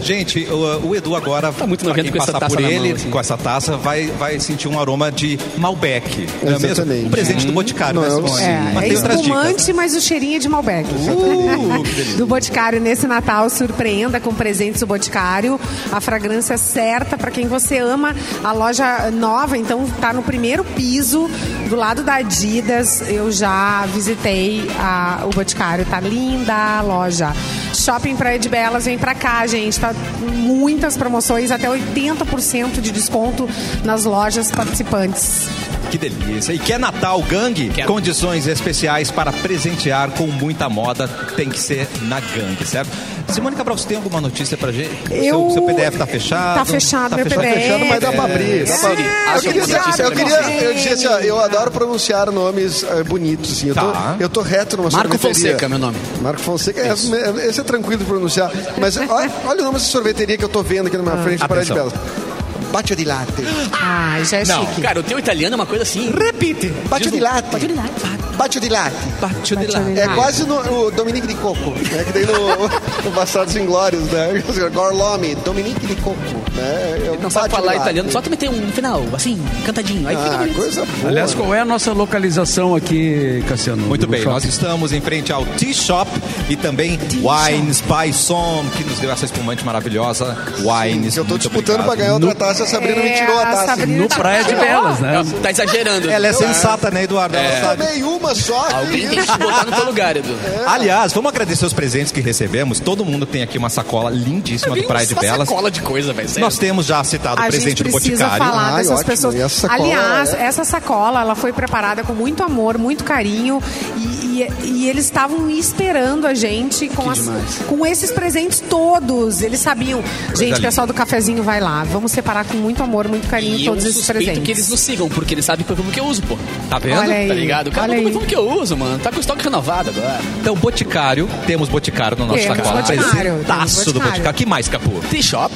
B: Gente, o, o Edu agora, tá
D: muito nojento
B: quem
D: com essa
B: passar
D: taça
B: por
D: na
B: ele,
D: mão, assim.
B: com essa taça, vai, vai sentir um aroma de Malbec. Não é mesmo?
E: Exatamente.
B: Um presente do Boticário,
E: Não,
B: né,
E: eu-
B: Simone?
C: Uhum. É,
B: Mas
C: é
B: tem outras dicas. né?
C: espumante, mas o cheirinho é de Malbec.
B: Uh, que delícia.
C: Do Boticário, nesse Natal, surpreenda com presentes do Boticário. A fragrância é certa para quem você ama. A loja nova, então, tá no primeiro piso, do lado da Adidas. Eu já visitei a- o Boticário, tá linda a loja. Shopping Praia de Belas, vem pra cá, gente. Tá muitas promoções, até 80% de desconto nas lojas participantes.
B: Que delícia. E quer Natal, gangue?
D: Quero.
B: Condições especiais para presentear com muita moda tem que ser na gangue, certo? Simone Cabral, você tem alguma notícia pra gente? Seu,
C: Eu-
B: seu PDF tá fechado?
C: Tá fechado, meu
E: Tá
B: É.
C: PDF.
E: fechando, mas dá pra abrir. Dá pra
D: Siri,
E: abrir.
D: acha
E: Eu queria,
D: uma notícia
E: eu,
D: pra
E: queria,
D: nós.
E: eu disse assim, ó, eu adoro pronunciar nomes eh, bonitos. Assim, eu, tô,
B: Tá.
E: eu tô reto numa
D: Marco
E: sorveteria.
D: Fonseca é meu nome.
E: Marco Fonseca, é, esse é tranquilo de pronunciar. Mas olha, olha o nome dessa sorveteria que eu tô vendo aqui na minha
D: Ah.
E: frente, Pará de Belas.
B: Atenção.
E: Bacio di latte.
C: Ai, já é
B: Não.
C: chique.
D: Cara, o teu italiano é uma coisa assim. Repite!
E: Bacio di latte.
D: Bacio di latte.
E: Bacio di latte.
D: Bacio di latte.
E: É quase no, o Dominique de Coco, né? Que tem no, no Bastardos Inglórios, né? Gorlome, Dominique de Coco, né? É um
D: Não sabe
E: bate
D: falar
E: lá.
D: italiano, só também tem um final, assim, cantadinho. Aí fica
E: Ah,
D: bonito.
E: coisa boa.
F: Aliás, qual é a nossa localização aqui, Cassiano?
B: Muito
F: do
B: bem,
F: shopping?
B: nós estamos em frente ao Tea Shop e também Wines by Som, que nos deu essa espumante maravilhosa. Wines.
E: eu
B: é
E: tô
B: muito
E: disputando pra
B: obrigado.
E: ganhar outra taça, a Sabrina me
C: É,
E: tirou a
C: a
E: taça.
C: Sabrina-
F: No Praia de Belas, né?
D: Não, Tá exagerando.
B: Ela é sensata, né, Eduardo? Ela
C: É.
E: Eu
B: sabe.
E: Tomei uma só.
D: Alguém
E: que
D: tem que
E: isso.
D: te botar no teu lugar, Edu.
B: Aliás, vamos agradecer os presentes que recebemos. Todo mundo tem aqui uma sacola lindíssima do Praia de
D: Uma
B: Belas.
D: sacola de coisa, velho. sério.
B: Nós temos já citado o
C: né? A gente
B: presente do
C: precisa
B: Boticário.
E: Ai,
C: falar dessas
E: Ah, ótimo.
C: pessoas.
E: E essa sacola,
C: Aliás,
E: é?
C: essa sacola ela foi preparada com muito amor, muito carinho e, e- e eles estavam esperando a gente com, as- com esses presentes todos. Eles sabiam, gente,
B: linda.
C: pessoal do cafezinho vai lá, vamos separar com muito amor, muito carinho
D: E eu
C: todos esses
D: suspeito
C: presentes.
D: que eles nos sigam, porque eles sabem que perfume que eu uso, pô.
B: Tá vendo?
C: Olha aí.
D: Tá ligado? Cara,
C: olha
D: o
C: aí.
D: perfume que eu uso, mano. Tá com o estoque renovado agora.
B: Então, Boticário, temos Boticário na nossa
C: Temos
B: sacola.
C: Boticário, temos
B: Presentaço do
C: Boticário. Ah,
B: Boticário. que mais, Capu?
D: T-Shop.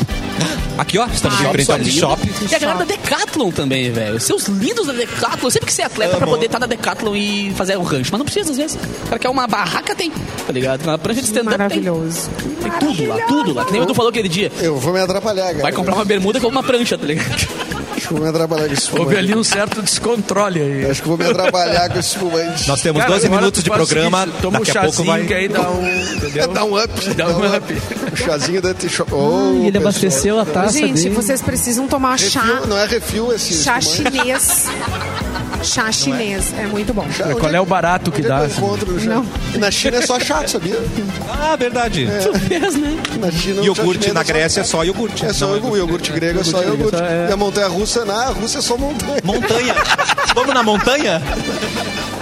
B: Aqui, ó, estamos em frente ao Tea Shop.
D: E a galera da Decathlon também, velho. Seus lindos da Decathlon. Sempre que você é atleta pra poder estar na Decathlon e fazer um rancho. Mas não precisa, às vezes. O cara quer uma barraca, tem. Tá ligado? Uma prancha de stand-up tem.
C: Maravilhoso.
D: Tem tudo lá, tudo lá. Que nem o Edu falou aquele dia.
E: Eu vou me atrapalhar, cara.
D: Vai comprar uma bermuda com uma prancha, tá ligado?
E: Vou me atrapalhar com esse
F: Houve
E: espumante.
F: ali um certo descontrole aí.
E: Acho que vou me atrapalhar com esse espumante.
B: Nós temos
F: Cara,
B: 12
F: agora
B: minutos
F: tu
B: de
F: faz o
B: programa.
F: seguinte, Toma um
B: Daqui a pouco
F: chazinho
B: vai.
F: que aí dá um... Entendeu?
E: Dá um up.
F: Dá um up.
E: Um chazinho da T-Shop. Oh,
G: E ele
E: pessoal.
G: abasteceu a taça
C: gente,
G: dele.
C: vocês precisam tomar chá,
E: Refil, não é refil esse
C: chá
E: espumante.
C: chinês. Chá chinês, é muito bom.
E: Chá-
F: Qual é o barato que
E: Onde é
F: dá?
E: eu encontro no chá? Na China é só chá, sabia?
B: Ah, verdade.
E: Na China, o chá
B: Iogurte
E: chinês
B: na
E: é só-
B: Grécia é só iogurte.
E: É só
B: Não,
E: o iogurte grego, é só
G: Iogurte grego,
E: iogurte.
G: só é.
E: E a montanha russa, na Rússia é só montanha.
B: Montanha. Vamos na montanha?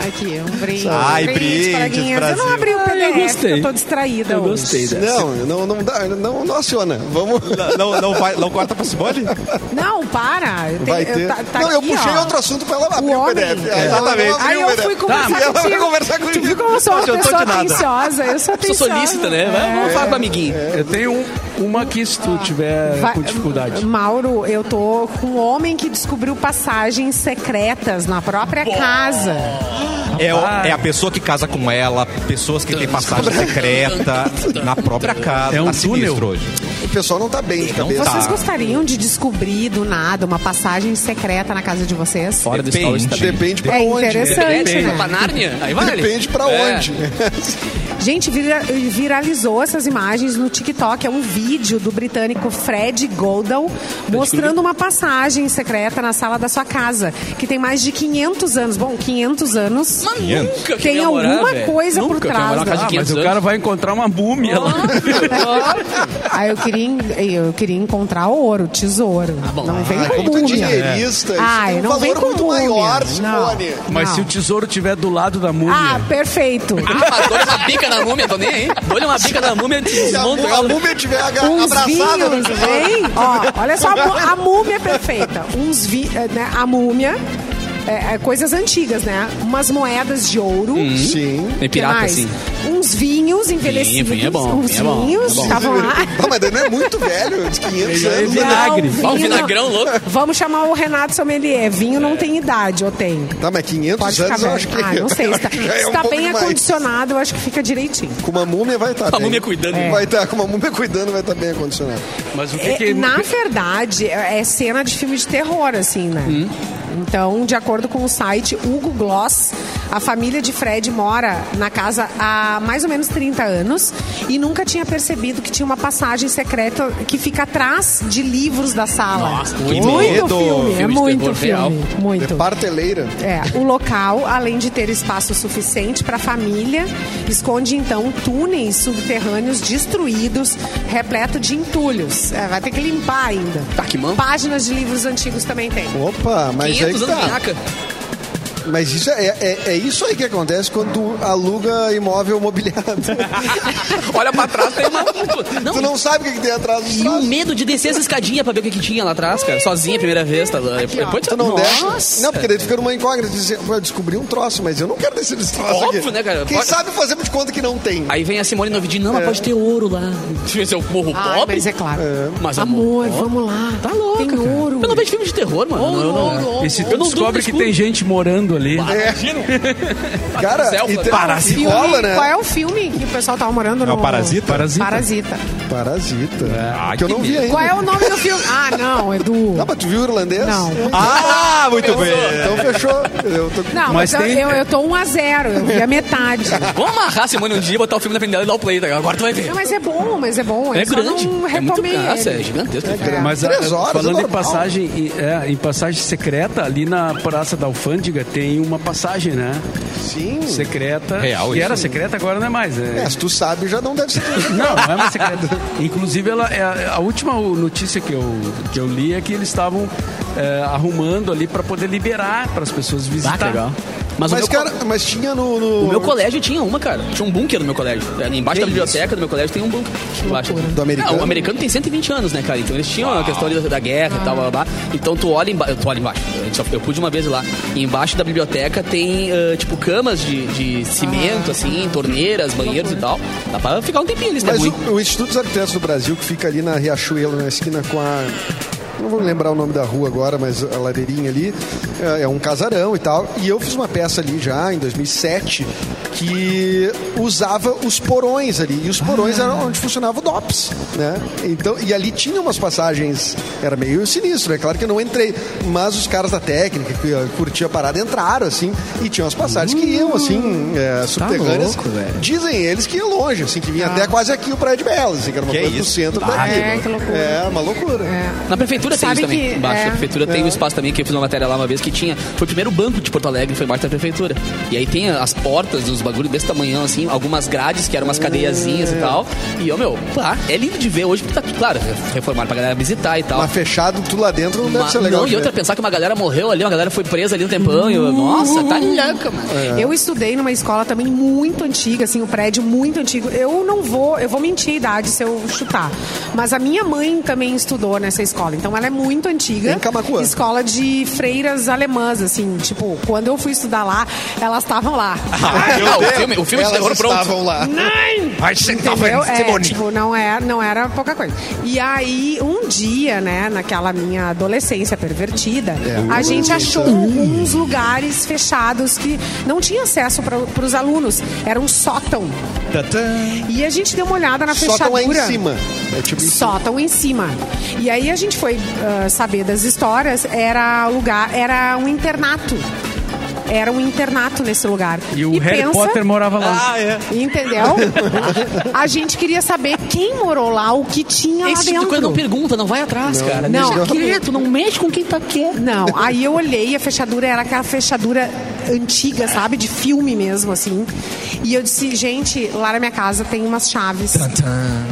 C: Aqui, um brinde.
B: Ai,
C: Um
B: brindes,
C: coleguinhas. Eu não
B: Brasil.
C: abri o
G: eu
C: PDF,
G: gostei.
C: eu tô distraída
G: Eu
C: hoje.
G: gostei
F: né?
G: dessa.
E: Não, não, não dá, não, não aciona. Vamos.
B: Não, não, vai, não corta pra Simone?
C: Não, para. Eu
E: Vai
C: tenho-
E: ter.
C: eu- tá- tá
E: não, eu
C: aqui,
E: puxei
C: ó.
E: outro assunto pra ela abrir
C: O
E: o
C: homem.
E: PDF.
C: É.
E: ela não
B: Exatamente.
E: abriu
C: Aí
E: o
C: eu
E: PDF.
C: fui conversar
E: ela vai
C: contigo.
E: conversar
C: Tu
E: comigo.
C: viu como eu sou
B: Não
C: uma
B: adiantou
C: pessoa
B: de nada.
C: atenciosa? Eu sou
D: Sou né?
C: atenciosa.
E: É,
D: solícita, né? Vamos falar com o amiguinho.
F: Eu tenho um, uma aqui se tu tiver
C: Vai- Hum,
F: com dificuldade.
C: Mauro, eu tô com um homem que descobriu passagens secretas na própria casa.
B: É, o- é a pessoa que casa com ela, pessoas que têm passagem secreta na própria casa.
F: É um
B: tá sinistro
F: túnel.
B: hoje.
E: O pessoal não tá bem de
B: Não
E: cabeça.
B: tá.
C: Então Vocês gostariam de descobrir do nada uma passagem secreta na casa de vocês?
D: Fora do Star Wars
B: Depende.
D: também.
E: Tá Depende pra
C: É
E: onde. né?
C: interessante,
D: Depende, Pra
C: né?
D: Nárnia? Aí vale.
E: Depende pra
D: É.
E: onde.
C: Gente, vira- viralizou essas imagens no TikTok. É um vídeo do britânico Fred Goldal mostrando uma passagem secreta na sala da sua casa, que tem mais de 500 anos. Bom, 500 anos.
D: Mas nunca que eu
C: Tem
D: ia morar,
C: alguma
D: velho.
C: coisa
D: Nunca
C: por
D: que eu ia
C: trás
D: morar numa
C: da-
D: casa
F: Ah,
D: de
F: mas
D: 500
F: o
D: anos.
F: cara vai encontrar uma múmia lá.
C: Aí eu queria, en- eu queria encontrar ouro, tesouro.
D: bom. então
C: não vem
E: Ah,
C: com
E: muito
C: múmia.
E: dinheirista. isso
C: Ah,
E: tem um
C: não vem
E: valor
C: com
E: muito
C: múmia.
E: maior,
C: Não.
E: Simone.
F: Mas
C: Não.
F: se o tesouro tiver do lado da múmia.
C: Ah, perfeito.
D: Ah, mas dou-lhe uma bica na múmia, tô nem aí. Dou-lhe uma bica na múmia e
E: Se a,
D: desmonto
E: mú- a
D: ela.
E: múmia tiver aga-
C: Uns
E: Tá abraçada no
C: vinhos, é,
E: tesouro.
C: hein? Ó, olha só, a, mú- a múmia é perfeita. Uns vi, eh, né, a múmia, é, é, coisas antigas, né? Umas moedas de ouro.
E: Sim.
D: É
C: Que
D: pirata,
C: mais?
D: assim.
C: Uns vinhos envelhecidos.
D: vinho é bom,
C: uns
D: vinho é bom,
C: vinhos
D: é bom.
C: estavam lá.
E: Ah, mas daí Tá não é muito velho, de 500
F: Ele é
E: anos. né?
F: vinagre.
D: Ó, o
C: vinho-
D: vinagrão louco.
C: Vamos chamar o Renato Sommelier. Vinho não tem idade, ou tem?
E: Tá, mas 500
C: Pode ficar
E: anos eu
C: bem.
E: acho que...
C: Ah, não sei.
E: eu
C: Se tá,
E: acho que já é
C: se
E: um
C: tá
E: pouco
C: bem
E: demais.
C: acondicionado, eu acho que fica direitinho.
E: Com uma múmia vai estar
D: Com
E: tá
D: a
E: bem.
D: múmia cuidando. né?
E: Vai estar, com uma múmia cuidando vai estar bem acondicionado.
F: Mas o que
C: É,
F: que.
C: na verdade, é é cena de filme de terror, assim, né?
D: Hum.
C: Então, de acordo com o site Hugo Gloss, a família de Fred mora na casa há mais ou menos 30 anos e nunca tinha percebido que tinha uma passagem secreta que fica atrás de livros da sala.
D: Nossa, que
C: muito
B: medo!
C: filme, é
D: Filme de
C: muito
D: terror
C: filme,
D: real.
C: muito.
E: Parteleira.
C: É, o local, além de ter espaço suficiente para a família, esconde então túneis subterrâneos destruídos, repleto de entulhos. É, vai ter que limpar ainda.
D: Tá, que mão.
C: Páginas de livros antigos também tem.
E: Opa, mas aí
D: 500
E: que
D: anos de
E: tá.
D: vinaca.
E: Mas isso é, é, é isso aí que acontece quando tu aluga imóvel mobiliado.
D: Olha pra trás, tem uma... Não,
E: tu não sabe o que que tem atrás dos
D: E o
E: braços.
D: medo de descer essa escadinha pra ver o que, que tinha lá atrás, cara. Sozinha a primeira vez, tá? Depois
E: Tu não desce.
D: Nossa.
E: né? Não, porque daí tu fica numa incógnita. Tu diz, "Pô, eu descobri um troço, mas eu não quero descer desse troço
D: Óbvio,
E: aqui.
D: né, cara?
E: Quem
D: Pode-
E: sabe fazemos de conta que não tem.
D: Aí vem a Simone Novidinho,
E: É.
D: não, mas pode ter ouro lá. Deixa eu ver se eu morro
C: Ah,
D: pobre.
C: mas é claro.
D: Mas eu
C: Amor,
D: morro pobre.
C: vamos lá.
D: Tá louca,
C: Tem
D: cara.
C: ouro.
D: Eu não vejo filme de terror, mano.
C: Ouro,
D: eu não...
C: ouro, ouro.
F: E se
D: Eu
F: tu
D: não
F: descobre
D: durmo
F: que
D: no
F: tem gente morando ali. né?
E: Cara,
D: selva,
E: e
D: né?
E: tem-
F: Parasita.
E: e
C: Filme-
E: rola, né?
C: Qual é o filme que o pessoal tava morando
B: É
C: no...
B: o Parasita?
F: Parasita.
C: Parasita.
E: Parasita.
B: Ah,
E: que eu
B: que
E: não vi
B: medo.
E: ainda.
C: Qual é o nome do filme? Ah, não, Edu.
E: Ah, mas tu viu o irlandês?
C: Não.
B: Ah, muito bem.
E: Então fechou. Eu tô...
C: Não,
F: Mas
C: mas,
F: tem-
C: eu, eu, eu tô 1 a 0 eu vi a metade.
D: Vamos amarrar a Simone um dia, botar o filme na frente dela e dar o play, tá? Agora tu vai ver.
C: Não, mas é bom, mas é bom.
D: É
C: eu só
D: grande.
C: Não
D: É muito
C: recomendo.
D: graça, é gigantesco.
F: Mas
E: Três
F: ah,
E: horas, é
F: falando em
E: normal.
F: passagem, em- é, em passagem secreta, ali na Praça da Alfândega tem uma passagem, né?
E: Sim.
F: Secreta.
B: Real
F: que
B: isso.
F: era secreta, agora não é mais. né?
E: Hum. É, se tu sabe, já não deve ser.
F: Não, não é mais secreta. Inclusive, ela, é, a última notícia que eu, que eu li é que eles estavam é, arrumando ali para poder liberar para as pessoas
B: Tá,
D: Ah,
F: visitar.
D: que legal. Mas, o
E: Mas,
D: meu
E: cara, mas tinha no. no-
D: O meu colégio tinha uma, cara. Tinha um bunker no meu colégio. Ali embaixo da biblioteca do meu colégio tem um bunker. Embaixo.
E: Do americano?
D: É, o americano tem 120 anos, né, cara? Então eles tinham a questão ali da, da guerra e tal, blá, blá, blá. Então tu olha embaixo. Tu olha embaixo. A gente só- Eu pude uma vez ir lá. E embaixo da biblioteca tem, ah, tipo, camas de, de cimento,
E: Ah.
D: assim, torneiras, banheiros e tal. Dá pra ficar um tempinho ali, se der
E: Mas
D: ruim.
E: o, o Instituto dos Arquitetos do Brasil, que fica ali na Riachuelo, na esquina com a. Não vou lembrar o nome da rua agora, mas a ladeirinha ali é- é um casarão e tal. E eu fiz uma peça ali já em 2007 que usava os porões ali. E os porões
D: Ah.
E: eram onde funcionava o DOPS, né? Então, e ali tinha umas passagens, era meio sinistro, é claro que eu não entrei, mas os caras da técnica que eh, curtia a parada entraram assim e tinham as passagens que iam assim, eh, subterrâneas.
D: Hum, tá louco, velho.
E: Dizem eles que ia longe, assim, que vinha
C: Ah.
E: até quase aqui o Praia de Belas, assim, que era uma
B: Que
E: coisa do
B: isso?
E: centro
B: Ah,
E: daqui.
C: é, que loucura.
E: É, uma loucura.
D: Na prefeitura tem
C: Sabe
D: isso também.
C: que-
D: embaixo
C: é.
D: da prefeitura tem um espaço também que eu fiz uma matéria lá uma vez que tinha. Foi o primeiro banco de Porto Alegre, foi embaixo da prefeitura. E aí tem as portas, uns bagulhos desse tamanhão, assim, algumas grades que eram umas cadeiazinhas
E: É.
D: e tal. E eu, meu, pá, é lindo de ver hoje, porque tá, claro, reformaram pra galera visitar e tal.
E: Mas fechado tu lá dentro não deve
D: Mas-
E: ser legal.
D: não,
E: de
D: e outra,
E: ver.
D: pensar que uma galera morreu ali, uma galera foi presa ali no tempão. e eu, nossa, tá
C: Uhum.
D: louca, mano.
C: Eu estudei numa escola também muito antiga, assim, um prédio muito antigo. Eu não vou, eu vou mentir a idade se eu chutar. Mas a minha mãe também estudou nessa escola. Então Então ela é muito antiga.
E: Em Camacuã.
C: Escola de freiras alemãs, assim. Tipo, quando eu fui estudar lá, elas estavam lá.
D: Ah, o filme, o filme de terror
E: Elas
D: pronto.
E: estavam lá.
C: Entendeu? É, tipo, não era, não era pouca coisa. E aí, um dia, né, naquela minha adolescência pervertida,
E: É. Uh,
C: a gente achou uns lugares fechados que não tinha acesso para os alunos. Era um sótão. E a gente deu uma olhada na
E: Só estão lá em
C: fechadura.
E: cima. É
D: Ah,
E: tipo isso.
C: Sótão em cima. E aí a gente foi ah, saber das histórias, era lugar, era um internato. Era um internato nesse lugar.
F: E o Harry
C: pensa-
F: Potter morava lá.
D: Ah, é.
C: Entendeu? A gente queria saber quem morou lá, o que tinha lá
D: Esse tipo de coisa não
C: dentro.
D: pergunta, não vai atrás, cara.
C: Não.
D: Deixa quieto, não mexe com quem tá quieto.
C: Não, aí eu olhei, a fechadura era aquela fechadura antiga, sabe? De filme mesmo, assim. E eu disse, gente, lá na minha casa tem umas chaves.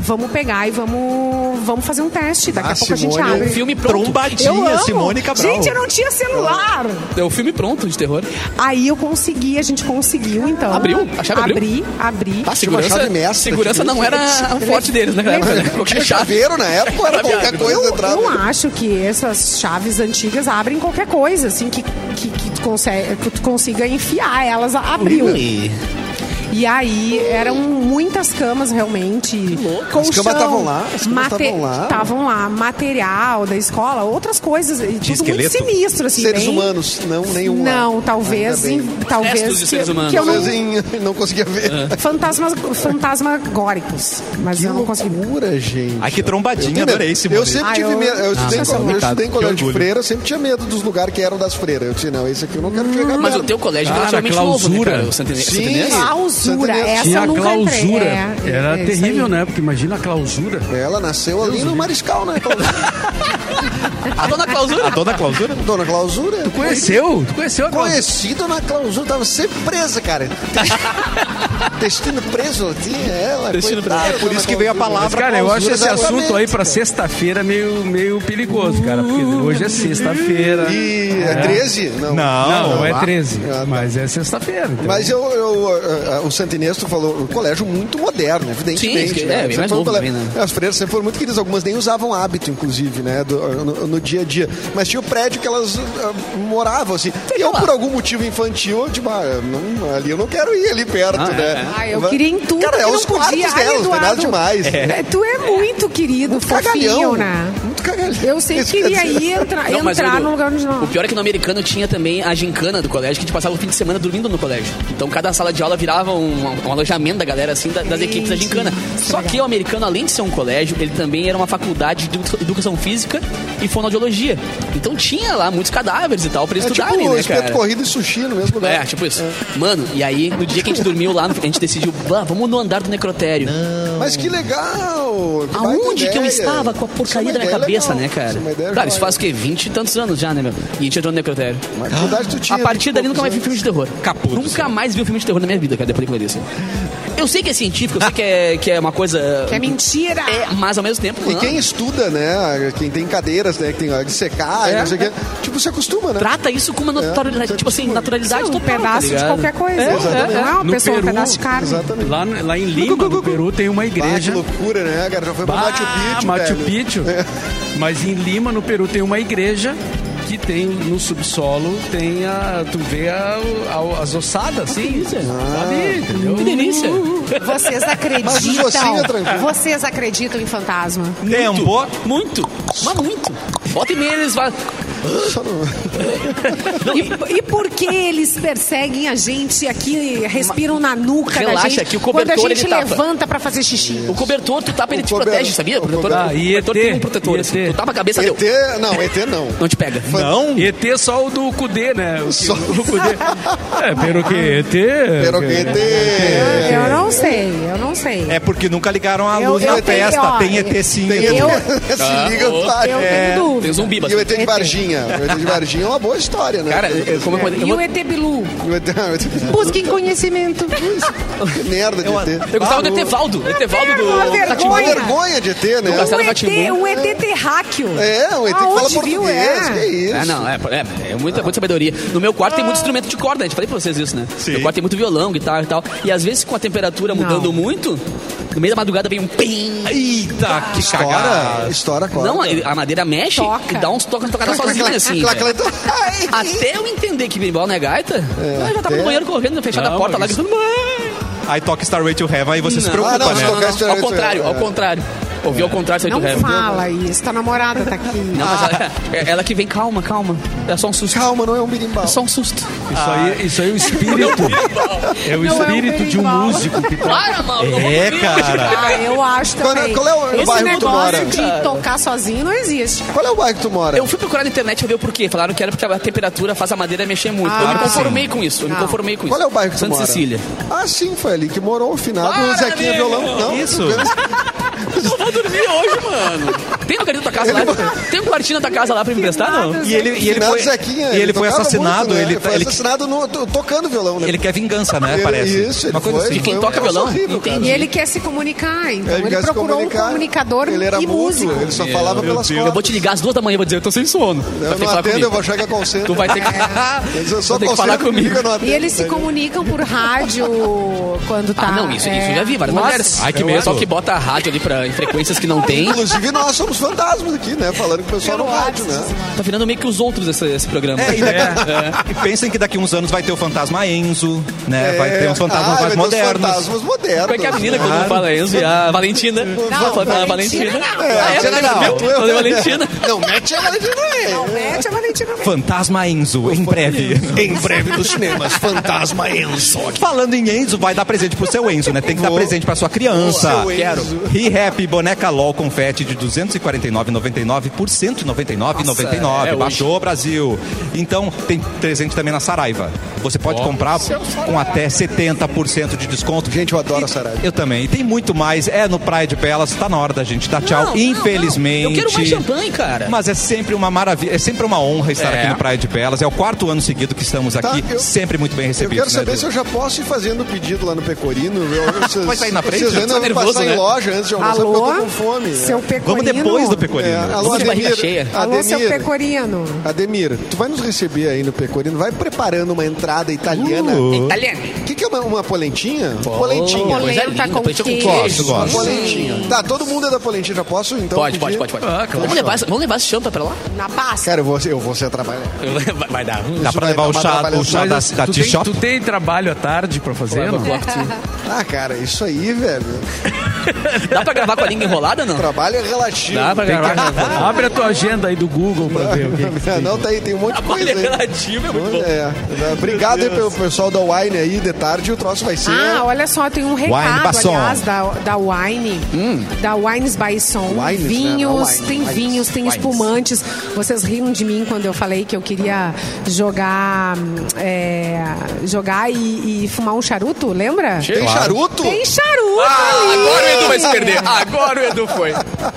C: Vamos pegar e vamos, vamos fazer um teste. Daqui
E: Ah,
C: a pouco a gente
E: Simone,
C: abre.
E: o
D: Filme pronto.
B: Trombadinha,
C: Eu amo.
B: Simone Cabral.
C: Gente, eu não tinha celular.
D: É o filme pronto de terror.
C: Aí eu consegui, a gente conseguiu, então.
D: Abriu? A chave abriu?
C: Abri, abri.
E: Ah, tinha uma chave mestra,
D: segurança
E: tipo
D: não era o forte deles naquela época. né?
E: Tinha
D: Qualquer chave.
E: chaveiro na época, era qualquer coisa
C: Eu,
E: entrava.
C: eu acho que essas chaves antigas abrem qualquer coisa, assim, que, que, que tu, consegue, que tu consiga enfiar elas, a- abriu.
D: um.
C: E aí, eram muitas camas realmente. Colchão,
E: As camas estavam lá, as camas estavam lá.
C: estavam lá, material da escola, outras coisas. e tudo muito
B: esqueleto?
C: sinistro, assim.
E: Seres
C: bem-
E: humanos, não nenhum. lá.
C: Não, talvez.
E: Ainda bem.
C: em- talvez
D: Restos de
C: que-
D: seres humanos.
C: que eu não
E: Talvez em- não conseguia ver.
D: Ah.
C: Fantasmas, fantasmagóricos. Mas
E: Que
C: eu não consegui.
E: loucura, gente.
B: Ai, que trombadinha,
E: Eu tenho medo.
B: adorei, Simone.
E: Eu sempre
C: Ah,
E: tive
C: eu-
E: medo. Eu estudei, em
C: isso é
E: colégio- eu
B: complicado,
E: estudei em
B: que
E: colégio de
B: orgulho.
E: freira, eu sempre tinha medo dos lugares que eram das freiras. Eu disse, não, esse aqui eu não quero chegar
D: Mas
E: perto.
D: o teu colégio é
F: Cara,
D: relativamente novo,
F: clausura.
D: né, cara? O Santenense.
E: Sim.
D: Santenense?
C: Clausura.
E: Santanense.
C: Essa
F: Tinha
C: eu
F: a
C: nunca entrei.
F: clausura.
C: É, é,
F: Era
C: é isso
F: terrível,
C: aí.
F: né? Porque imagina a clausura.
E: Ela nasceu ali no Mariscal, né?
D: A dona
B: A
D: clausura?
B: dona clausura?
E: Dona Clausura. Tu
F: Conheceu? né, Tu conheceu a clausura?
E: Conheci Dona Clausura, tava sempre presa, cara. Destino preso, ela tinha ela.
D: Destino
E: coitada,
D: preso.
B: É por
E: Dona
B: isso que veio a
E: Clausura.
B: palavra
F: Cara, eu acho esse
E: Exatamente,
F: assunto aí pra
E: cara.
F: sexta-feira meio, meio perigoso, cara. Porque
C: Uh.
F: hoje é sexta-feira.
E: E é 13? Não.
F: Não,
B: Não.
F: é 13.
E: Ah, tá.
F: Mas é sexta-feira. então.
E: Mas eu, eu, ah, ah, o Santinesto falou, um colégio muito moderno, evidentemente.
D: Sim, que- é,
E: né?
D: bem
E: Sempre
D: mais
E: foi um
D: novo
E: colégio-
D: também, né?
E: As freiras sempre foram muito queridas, algumas nem usavam hábito, inclusive, né, do- no, no dia a dia. Mas tinha o prédio que elas ah, moravam, assim. E eu,
D: lá.
E: por algum motivo infantil, eu, tipo, ah, não, ali eu não quero ir ali perto,
D: é.
E: né?
C: Ah, eu queria em tudo
E: Cara,
C: que
E: é
C: não
E: os
C: podia.
E: quartos
C: Ai,
E: delas, não é nada
C: Eduardo.
E: demais.
C: É, Tu é muito querido,
E: Cagalhão.
C: fofinho, né?
E: Muito cagalhão.
C: Eu sempre
E: Isso quer
C: queria
E: dizer- é tipo
C: ir entrar,
D: Não, mas,
C: entrar
D: Edu,
C: num lugar onde não.
D: O pior é que no americano tinha também a gincana do colégio, que a gente passava o fim de semana dormindo no colégio. Então cada sala de aula virava um, um alojamento da galera, assim, da- das equipes da gincana.
C: é
D: Só que o americano, além de ser um colégio, ele também era uma faculdade de edu- educação física e fonoaudiologia. Então tinha lá muitos cadáveres e tal pra eles
E: É tipo
D: estudarem, né,
E: espeto né?
D: cara?
E: corrido e sushi no mesmo lugar.
D: É, tipo isso. Mano, e aí, no dia que a gente dormiu lá, a gente decidiu, "Bah, vamos no andar do necrotério.
E: Mas que legal! que baita
D: Aonde que eu
E: ideia.
D: estava com a porcaria
E: Isso
D: da
E: é uma
D: minha
E: ideia
D: cabeça,
E: legal.
D: né, cara?
E: Isso é uma ideia
D: Cara, isso
E: joia.
D: faz o quê? 20 e tantos anos já, né, meu? E a gente entrou no necrotério.
E: Mas que idade tu tinha?
D: A partir dali nunca mais vi
E: Poucos
D: filme de terror.
B: Caputo,
D: Nunca mais vi um filme de terror na minha vida, cara, depois da película desse. Eu sei que é científico, eu sei que é, que é uma coisa.
C: Que é mentira!
D: É, mas ao mesmo tempo.
E: anos. E
D: não.
E: quem estuda, né? Quem tem cadeiras, né? Que tem ó, de secar,
D: É.
E: e não sei o quê. Tipo, se acostuma, né?
D: Trata isso com uma naturalidade,
E: É,
D: tipo assim, naturalidade
C: um
D: total, tá
C: pedaço de
D: ligado?
C: qualquer coisa.
E: É,
C: não é uma
F: No
C: pessoa,
F: Peru,
C: um pedaço de carne.
E: Exatamente.
F: Lá, lá em Lima, no Peru, tem uma
E: Ah, que
F: igreja.
E: loucura, né, cara? Já foi pro Machu Picchu,
F: Machu
E: velho.
F: Picchu. Mas em Lima, no Peru, tem uma igreja que tem no subsolo, tem a. Tu vê a- a- as ossadas, assim. Sabe? Entendeu?
D: Que delícia.
C: Vocês
E: Mas o docinho é
C: acreditam?
E: tranquilo.
C: Vocês acreditam em fantasma?
B: Tempo.
D: Muito, mas muito. Bota e meia eles falam.
C: E, e por que eles perseguem a gente aqui, respiram na nuca da
D: Relaxa,
C: gente?
D: que o cobertor,
C: quando a gente
D: ele tapa.
C: levanta pra fazer xixi.
D: O cobertor, tu tapa, ele
E: O
D: te
E: cobertor-
D: protege, sabia?
E: o
D: O cobertor,
E: cobertor-
D: o
F: Ah, e
D: cobertor
F: ET?
D: tem um protetor.
F: E
D: assim.
F: ET?
D: Tu tapa a cabeça, deu.
E: ET, não, ET não.
D: Não te pega.
B: Não?
F: ET só o do Cudê, né? O, que-
E: Só-
F: o Cudê. É, pelo que ET.
E: Pero que ET...
C: Eu não sei, eu não sei.
B: É porque nunca ligaram a
C: Eu-
B: luz
C: eu
B: na
C: tenho,
B: festa.
C: ó,
B: tem ET sim.
E: Tem
C: Eu-
E: ET. Se liga,
D: Ah,
E: vai.
C: Eu tenho
D: Tem um
C: dúvida.
D: zumbi,
E: E o
D: mas.
E: ET de Varginha. Varginha. O ET de Varginha é uma boa história, né?
D: Cara, eu- como eu comentei, eu
C: E
D: vou-
C: o ET Bilu?
E: O ET o ET
C: Busquem conhecimento.
E: Que merda de
D: eu,
E: ET.
D: eu gostava do
E: Ah,
D: Etevaldo. Etevaldo do.
C: uma
D: do
C: vergonha. Um
E: Uma
D: Catimbó.
E: vergonha de ET, né?
D: Nunca
C: O
D: Castelo
C: ET,
D: Rá-Tim-Bum.
C: o ET terráqueo.
E: É, o ET que fala
C: Aonde
E: português.
C: viu?
E: Que
C: É.
E: isso?
D: Ah, não, Ah, é, é, é muita, muita sabedoria. No meu quarto tem muito instrumento de corda, gente. Falei pra vocês isso, né?
B: Sim.
D: No meu quarto tem muito violão, guitarra e tal. E às vezes com a temperatura
C: Não.
D: mudando muito, no meio da madrugada vem um pim.
B: Eita, que
E: Estoura,
B: cagada.
E: estoura a corda.
D: Não, a madeira mexe
C: Toca.
D: e dá uns toques tocadas sozinha, assim.
E: Clá,
D: velho.
C: então-
E: clá, clá, clá. Ai.
D: Até eu entender que berimbau não é gaita, eu já tava
E: até-
D: no banheiro correndo, fechada a
F: Não,
D: porta lá,
F: mas-
D: gritando, mãe!
B: Aí toca Starway to Heaven, aí você se
D: Não.
B: preocupa,
E: Ah, não, se
B: né?
E: tocar Starway
D: Ao
E: to
D: contrário, ao
E: Heaven, é.
D: contrário. Ouvi ao contrário, sei
C: Não
D: que é.
C: fala isso. Tua namorada tá aqui.
D: Não, mas ela, é ela que vem, calma, calma. É só um susto.
E: Calma, não é um birimbau.
D: É só um susto.
F: Isso aí, isso aí é o espírito. É o
C: Não é um
F: espírito de um
C: berimbau.
F: músico que tá.
D: Para, mal,
B: É, cara.
C: Ah, eu acho
E: Qual é-
C: também.
E: qual é o
C: Esse
E: bairro que tu mora?
C: negócio de tocar sozinho não existe.
E: Qual é o bairro que tu mora?
D: Eu fui procurar na internet pra ver o porquê. Falaram que era porque a temperatura faz a madeira mexer muito. eu
C: Ah,
D: me
C: sim.
D: conformei com isso. Eu me
C: Não.
D: conformei com isso.
E: Qual é o bairro que tu
D: Santa
E: mora?
D: Cecília.
E: Ah, sim, foi ali que morou o finado
D: Para,
E: Zequinha
D: amigo!
E: Violão. Não,
B: Isso.
D: Eu
B: Ah,
D: vou dormir hoje, mano. Tem um quartinho da tua casa lá? Tem um quartinho da tua casa lá pra me emprestar, não?
B: E ele, e ele
E: Finado
B: foi,
E: Zequinha.
B: e ele foi
E: tocava
B: assassinado.
E: muito, né?
B: ele, tá-
E: foi
B: ele,
E: assassinado no- to- tocando violão, né?
B: ele quer vingança, né?
E: Ele-
B: Parece.
E: Isso, ele
B: Uma coisa
E: foi,
B: assim.
E: foi
D: Quem
E: um
D: toca
E: troço
D: violão,
E: horrível, cara.
D: entende.
C: E ele quer se comunicar, então ele,
E: quer se
C: procurou
E: comunicar.
C: um comunicador
E: ele era
C: e músico.
E: Ele só falava pelas
B: Deus.
E: costas.
D: Eu vou te ligar às duas da manhã e vou dizer, eu tô sem sono.
E: Eu
D: Tu vai ter que
E: não
D: falar
E: atendo,
D: comigo.
E: eu vou achar que é conselho.
D: Tu vai ter que...
E: Ele diz, Eu
D: Vai
E: só
D: ter que falar
E: conselho
D: comigo.
E: eu não atendo.
C: E eles se comunicam por rádio quando tá.
D: Ah, não, isso,
C: é.
D: isso eu já vi várias
C: Nossa,
D: mulheres.
B: Ai, que
D: Eu
B: medo.
D: acho. Só que bota a rádio ali pra, em frequências que não tem.
E: Inclusive, nós somos fantasmas aqui, né? Falando com o pessoal no
C: Pelo
E: rádio, né?
C: WhatsApp.
D: Tá virando meio que os outros esse, esse programa.
B: É, e, daqui- e pensem que daqui uns anos vai ter o fantasma Enzo, né? Vai ter uns fantasmas mais
E: ah, vai ter os
B: modernos.
E: fantasmas modernos.
D: Como é que é a menina que todo
B: Claro.
D: mundo fala Enzo e a Valentina?
C: Não,
D: Fala,
C: Valentina
D: fala, Valentina.
C: não.
D: Ah, é,
E: Valentina
D: falei,
E: não.
D: meu, falei Valentina.
E: Não, mete a Valentina aí.
C: Não, mete a Valentina mesmo.
B: Fantasma Enzo, em breve. em breve nos cinemas, Fantasma Enzo. Falando em Enzo, vai dar presente pro seu Enzo, né? Tem que dar presente pra sua criança.
E: Seu
B: Quero.
E: Enzo.
B: Re-Rap Boneca LOL Confete de 249,99 por 199,99.
D: Nossa, é
B: Baixou, Brasil. Então, tem presente também na Saraiva. Você pode comprar com até 70% de desconto.
E: Gente, eu adoro a Saraiva.
B: Eu também. E tem muito mais. É no Praia de Belas. Tá na hora da gente dar tchau.
D: Não, não,
B: Infelizmente.
D: não. Eu quero mais champanhe, cara.
B: Mas é sempre uma maravilha. É sempre uma honra estar
D: É.
B: aqui no Praia de Belas. É o quarto ano seguido que estamos aqui.
E: Tá, eu-
B: sempre muito bem
E: Eu
B: recebidos.
E: quero saber
B: né,
E: se eu já posso ir fazendo o pedido lá no Pecorino. Eu- eu- Vocês,
B: Vai sair na frente?
E: Vocês ainda
D: Tá
E: vão
D: nervoso,
E: passar
D: né?
E: em loja antes de almoçar,
C: Alô?
E: porque eu tô com fome. né?
C: Seu pecorino.
B: Vamos depois do
E: É,
B: Pecorino.
E: alô,
D: Tô de barriga
E: Ademir,
D: cheia.
C: Alô, seu
E: Ademir,
C: pecorino.
E: Ademir, tu vai nos receber aí no Pecorino, vai preparando uma entrada italiana. O
B: Uh,
D: Italiano.
E: que, que é uma, uma polentinha? polentinha.
D: Coisa
C: Polenta
D: linda,
C: com
D: peixe
C: queijo.
B: Gosto,
E: Uma
B: gosto.
E: polentinha. Tá, todo mundo é da polentinha, já posso então?
D: Pode,
E: pedir?
D: pode, pode, pode.
F: Ah, claro.
D: vamos, levar, esse- vamos levar esse champa pra lá?
C: Na pasta.
E: Cara, eu vou, eu vou ser trabalhar.
D: Vai, vai dar.
B: Dá pra
E: Isso vai
B: levar
E: dar
B: o
E: uma
B: chá, o
E: trabalhada.
B: chá da, da
F: tu, tem,
B: T-Shop?
F: tu tem trabalho à tarde pra fazer,
D: Leva
F: não?
D: clock tea.
E: Ah, cara, isso aí, velho.
D: Dá pra gravar com a língua enrolada, não?
E: Trabalho é relativo.
D: Dá pra gravar.
F: Abre a tua agenda aí do Google pra ver o que, que
E: Não, tá aí, tem um monte de
D: Trabalho
E: coisa
D: é
E: aí.
D: relativo, é muito bom.
E: É, obrigado aí pelo pessoal da Wine aí de tarde. O troço vai ser.
C: Ah, olha só, tem um
B: Wine
C: recado,
B: Basson.
C: aliás, da, da Wine, da Wines Baison.
E: Hum. Wines, né?
C: vinhos,
E: Wine,
C: tem
E: wines,
C: vinhos, tem
E: wines.
C: espumantes. Vocês riram de mim quando eu falei que eu queria jogar, é, jogar e, e fumar um charuto, lembra?
E: tem charuto?
C: Tem charuto
D: Ah,
C: ali.
D: agora o Edu vai se perder. Agora o Edu foi.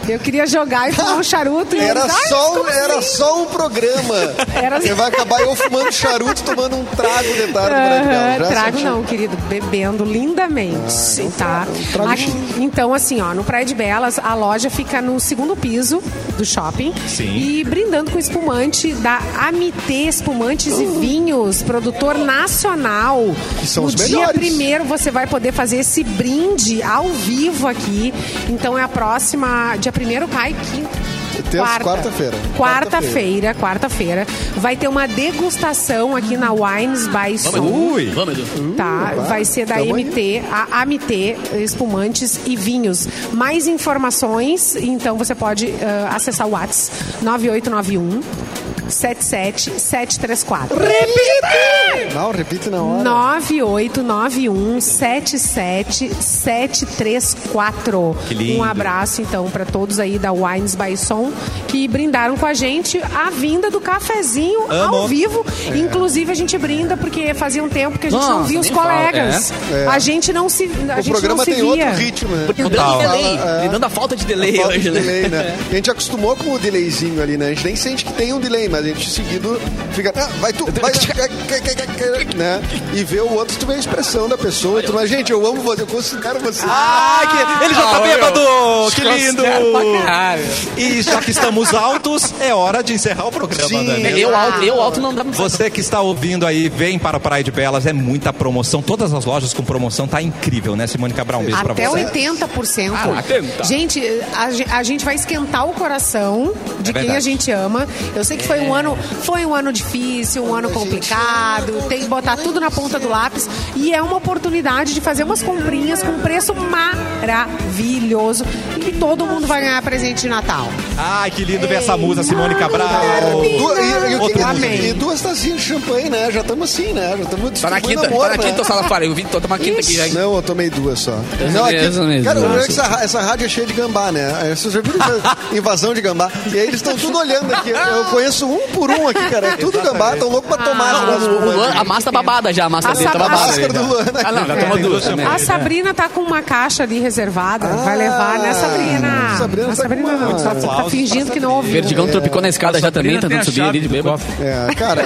C: Eu queria jogar e fumar um charuto. E
E: Era
C: eles, "Ai,
E: só, um,
C: como
E: era
C: assim?"
E: só um programa.
C: Era-
E: Você vai acabar eu fumando charuto, tomando um trago de tarde.
C: Aham,
E: Brasil. Já Ah, então
C: trago
E: senti-
C: não, querido, bebendo lindamente, tá?
E: trago
C: Aqui- então, assim, ó, no Praia de Belas, a loja fica no segundo piso do shopping.
B: Sim.
C: E brindando com espumante da Amité Espumantes e Vinhos, produtor nacional.
E: Que são
C: no
E: os
C: dia
E: melhores.
C: primeiro você vai poder fazer esse brinde ao vivo aqui. Então é a próxima, dia primeiro cai quinta.
E: Terça-
C: Quarta.
E: quarta-feira.
C: Quarta-feira, quarta-feira. Vai ter uma degustação aqui na Wines by Sul.
B: Ui.
D: Vamos, Edu.
C: Tá, vai ser da
E: tamo aí.
C: MT, a AMT, espumantes e vinhos. Mais informações, então você pode eh, acessar o Whats 9891 77734.
E: Não, repite na hora.
C: 9891 77734.
B: Que lindo.
C: Um abraço então para todos aí da Wines Baison que brindaram com a gente a vinda do cafezinho
B: Amo.
C: ao vivo. Inclusive a gente brinda porque fazia um tempo que a gente não
D: Nossa,
C: via os
D: nem fala.
C: colegas.
E: É.
C: A gente não se a
E: O
C: gente não
E: programa
C: se
E: tem
C: via.
E: outro ritmo, né?
D: Lidando o delay.
E: Fala, é.
D: Lidando a falta de delay
E: Falta
D: hoje,
E: de
D: né?
E: delay, né? E A gente acostumou com o delayzinho ali, né? A gente nem sente que tem um delay, mas mas eles seguido fica, ah, vai tu, vai, né? E vê o outro, tu vê a expressão da pessoa, tu mas gente, eu amo você, eu considero você.
B: Ah, que, ele já tá bêbado! Que lindo!
D: Caralho.
B: E já que estamos altos, é hora de encerrar o programa, né,
E: Sim.
B: Dani.
D: Eu alto, eu alto não dá pra
B: Você que está ouvindo aí, vem para a Praia de Belas, é muita promoção. Todas as lojas com promoção tá incrível, né, Simone Cabral? Um beijo pra
C: Até
B: você. Ah,
C: 80%.
D: Caraca. 80%.
C: Gente, a, ge- a gente vai esquentar o coração de
B: É
C: quem
B: verdade. É.
C: a gente ama. Eu sei que foi um ano, foi um ano difícil, um ano complicado, tem que botar tudo na ponta do lápis e é uma oportunidade de fazer umas comprinhas com um preço maravilhoso e que todo mundo vai ganhar presente de Natal.
B: Ai, que lindo ver essa musa, Simone Cabral.
C: tá
E: Duas, e, e-
B: Outro
E: e-
B: mundo.
E: é e duas tacinhas de champanhe, né? Já estamos assim, né? Já estamos
D: Tá na quinta,
E: amor,
D: tá
E: né?
D: na quinta, ô Salafara. Eu vim tô tomar quinta aqui. hein?
E: Não, eu tomei duas só. Não,
D: mesmo, essa mesmo.
E: cara, o problema é
D: Nossa.
E: que essa, ra- essa rádio é cheia de gambá, né? Aí Vocês já viram essa invasão de gambá? E aí eles estão tudo olhando aqui. Eu conheço um por um aqui, cara. É tudo gambá, tão louco pra tomar. esse
D: Não,
E: negócio
D: o- o
E: do
D: Luan-
E: Luan.
D: a massa tá babada já, a massa
C: A
D: dele tá
C: sa- a
E: A
D: babada.
E: máscara do Luan né, aqui.
D: Ah, não, já
B: É,
D: tomou
B: tem
D: duas.
B: duas
D: também.
B: chamadas.
C: A Sabrina tá com uma caixa ali reservada. vai
E: Ah.
C: levar, né, Sabrina?
E: Sabrina
C: a
E: tá
C: Sabrina
E: com uma-
C: não. Tá,
B: Aplausos
C: fingindo que não ouviu.
D: Verdigão tropicou na escada já também,
F: Sabrina tem
D: tentando
F: a
D: subir
F: chave
D: ali de
F: do
D: bêbado.
F: cofre.
E: É, cara.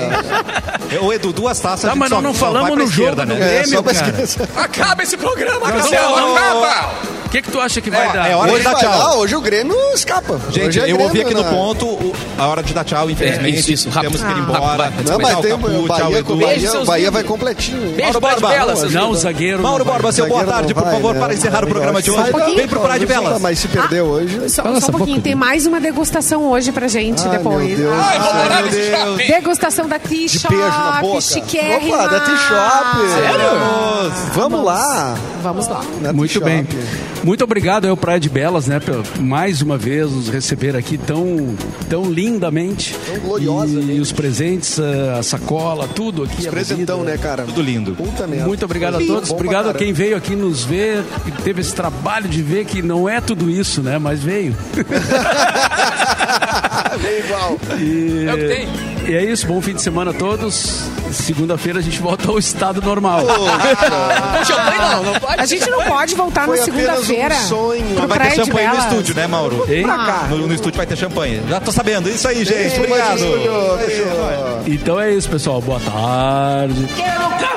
B: Ô, Edu, duas taças.
F: Tá,
B: a gente
F: mas
B: só-
F: nós não
B: só vai
F: falamos
B: pra
F: no jogo
B: esquerda,
F: do
B: né?
E: É, só
F: Grêmio,
E: pra
F: cara.
E: esquecer.
D: Acaba esse programa,
F: Nós vamos- O que, que tu acha que vai dar?
B: É hora
E: Hoje,
B: de dar
E: vai
B: tchau.
E: lá, hoje o Grêmio escapa.
B: Gente,
E: hoje é
B: eu ouvi aqui no
E: Grêmio, né?
B: ponto o- a hora de dar tchau, infelizmente.
D: É, isso, isso, rápido.
B: Temos que ir
D: Ah.
B: embora.
D: Rápido, vai.
E: Não, mas
B: Tchau,
E: tem o
B: Capu, tchau,
E: Bahia,
B: Edu.
E: o Bahia,
D: Beijo, seus
E: o Bahia
D: lindos.
E: vai completinho.
D: Beijo,
B: Mauro
D: Bahia de
B: Borba.
D: Belas. seus
F: Não, o
D: lindos.
F: zagueiro.
B: Mauro
F: não vai.
B: Borba, seu boa
E: Zagueiro
B: tarde,
E: não
B: por
E: vai,
B: favor,
E: né?
B: para encerrar o
E: Maravilhoso.
B: programa de hoje.
E: Sai daí,
B: Vem pro Praia de
E: Paulo,
B: Belas.
E: Mas se perdeu hoje.
C: Só,
F: Fala
C: só
F: essa
C: um pouquinho,
F: boca,
C: tem mais uma degustação hoje pra gente
E: Ai,
C: depois.
E: meu Deus.
B: Ai, vou parar
E: meu
B: de
E: Deus.
B: chapéu.
C: Degustação da T-Shop,
E: beijo na boca.
C: chiquérrima.
E: Opa, da T-Shop.
B: Vamos.
E: Vamos lá.
C: Vamos lá.
E: na
F: Muito
E: T-Shop.
F: bem. Muito obrigado ao Praia de Belas, né, por mais uma vez nos receber aqui tão, tão lindamente.
E: Tão gloriosamente.
F: E, os presentes, eh, a sacola, tudo aqui. a
E: Presentão, né,
F: bebida.
E: cara?
B: Tudo lindo.
E: Puta merda.
F: Muito obrigado a
E: Bom
F: todos.
E: pra
F: Obrigado a
E: caramba.
F: quem veio aqui nos ver, que teve esse trabalho de ver que não é tudo isso, né? Mas veio.
E: Bem igual.
F: E
D: É o que tem.
F: e é isso, bom fim de semana a todos. Segunda-feira a gente volta ao estado normal.
D: Não, champanhe não, não pode.
C: A gente não pode voltar
E: Foi
C: na segunda-feira.
E: apenas um sonho.
C: pro
B: Vai ter
C: Praia de
B: champanhe no
C: Belas. Ah.
B: estúdio, né, Mauro?
F: Hein?
B: No, no estúdio vai ter champanhe. Já tô sabendo. Isso aí, gente.
E: Beijo,
B: Obrigado.
E: Júlio. Beijo.
F: Então é isso, pessoal. Boa tarde.
G: Quero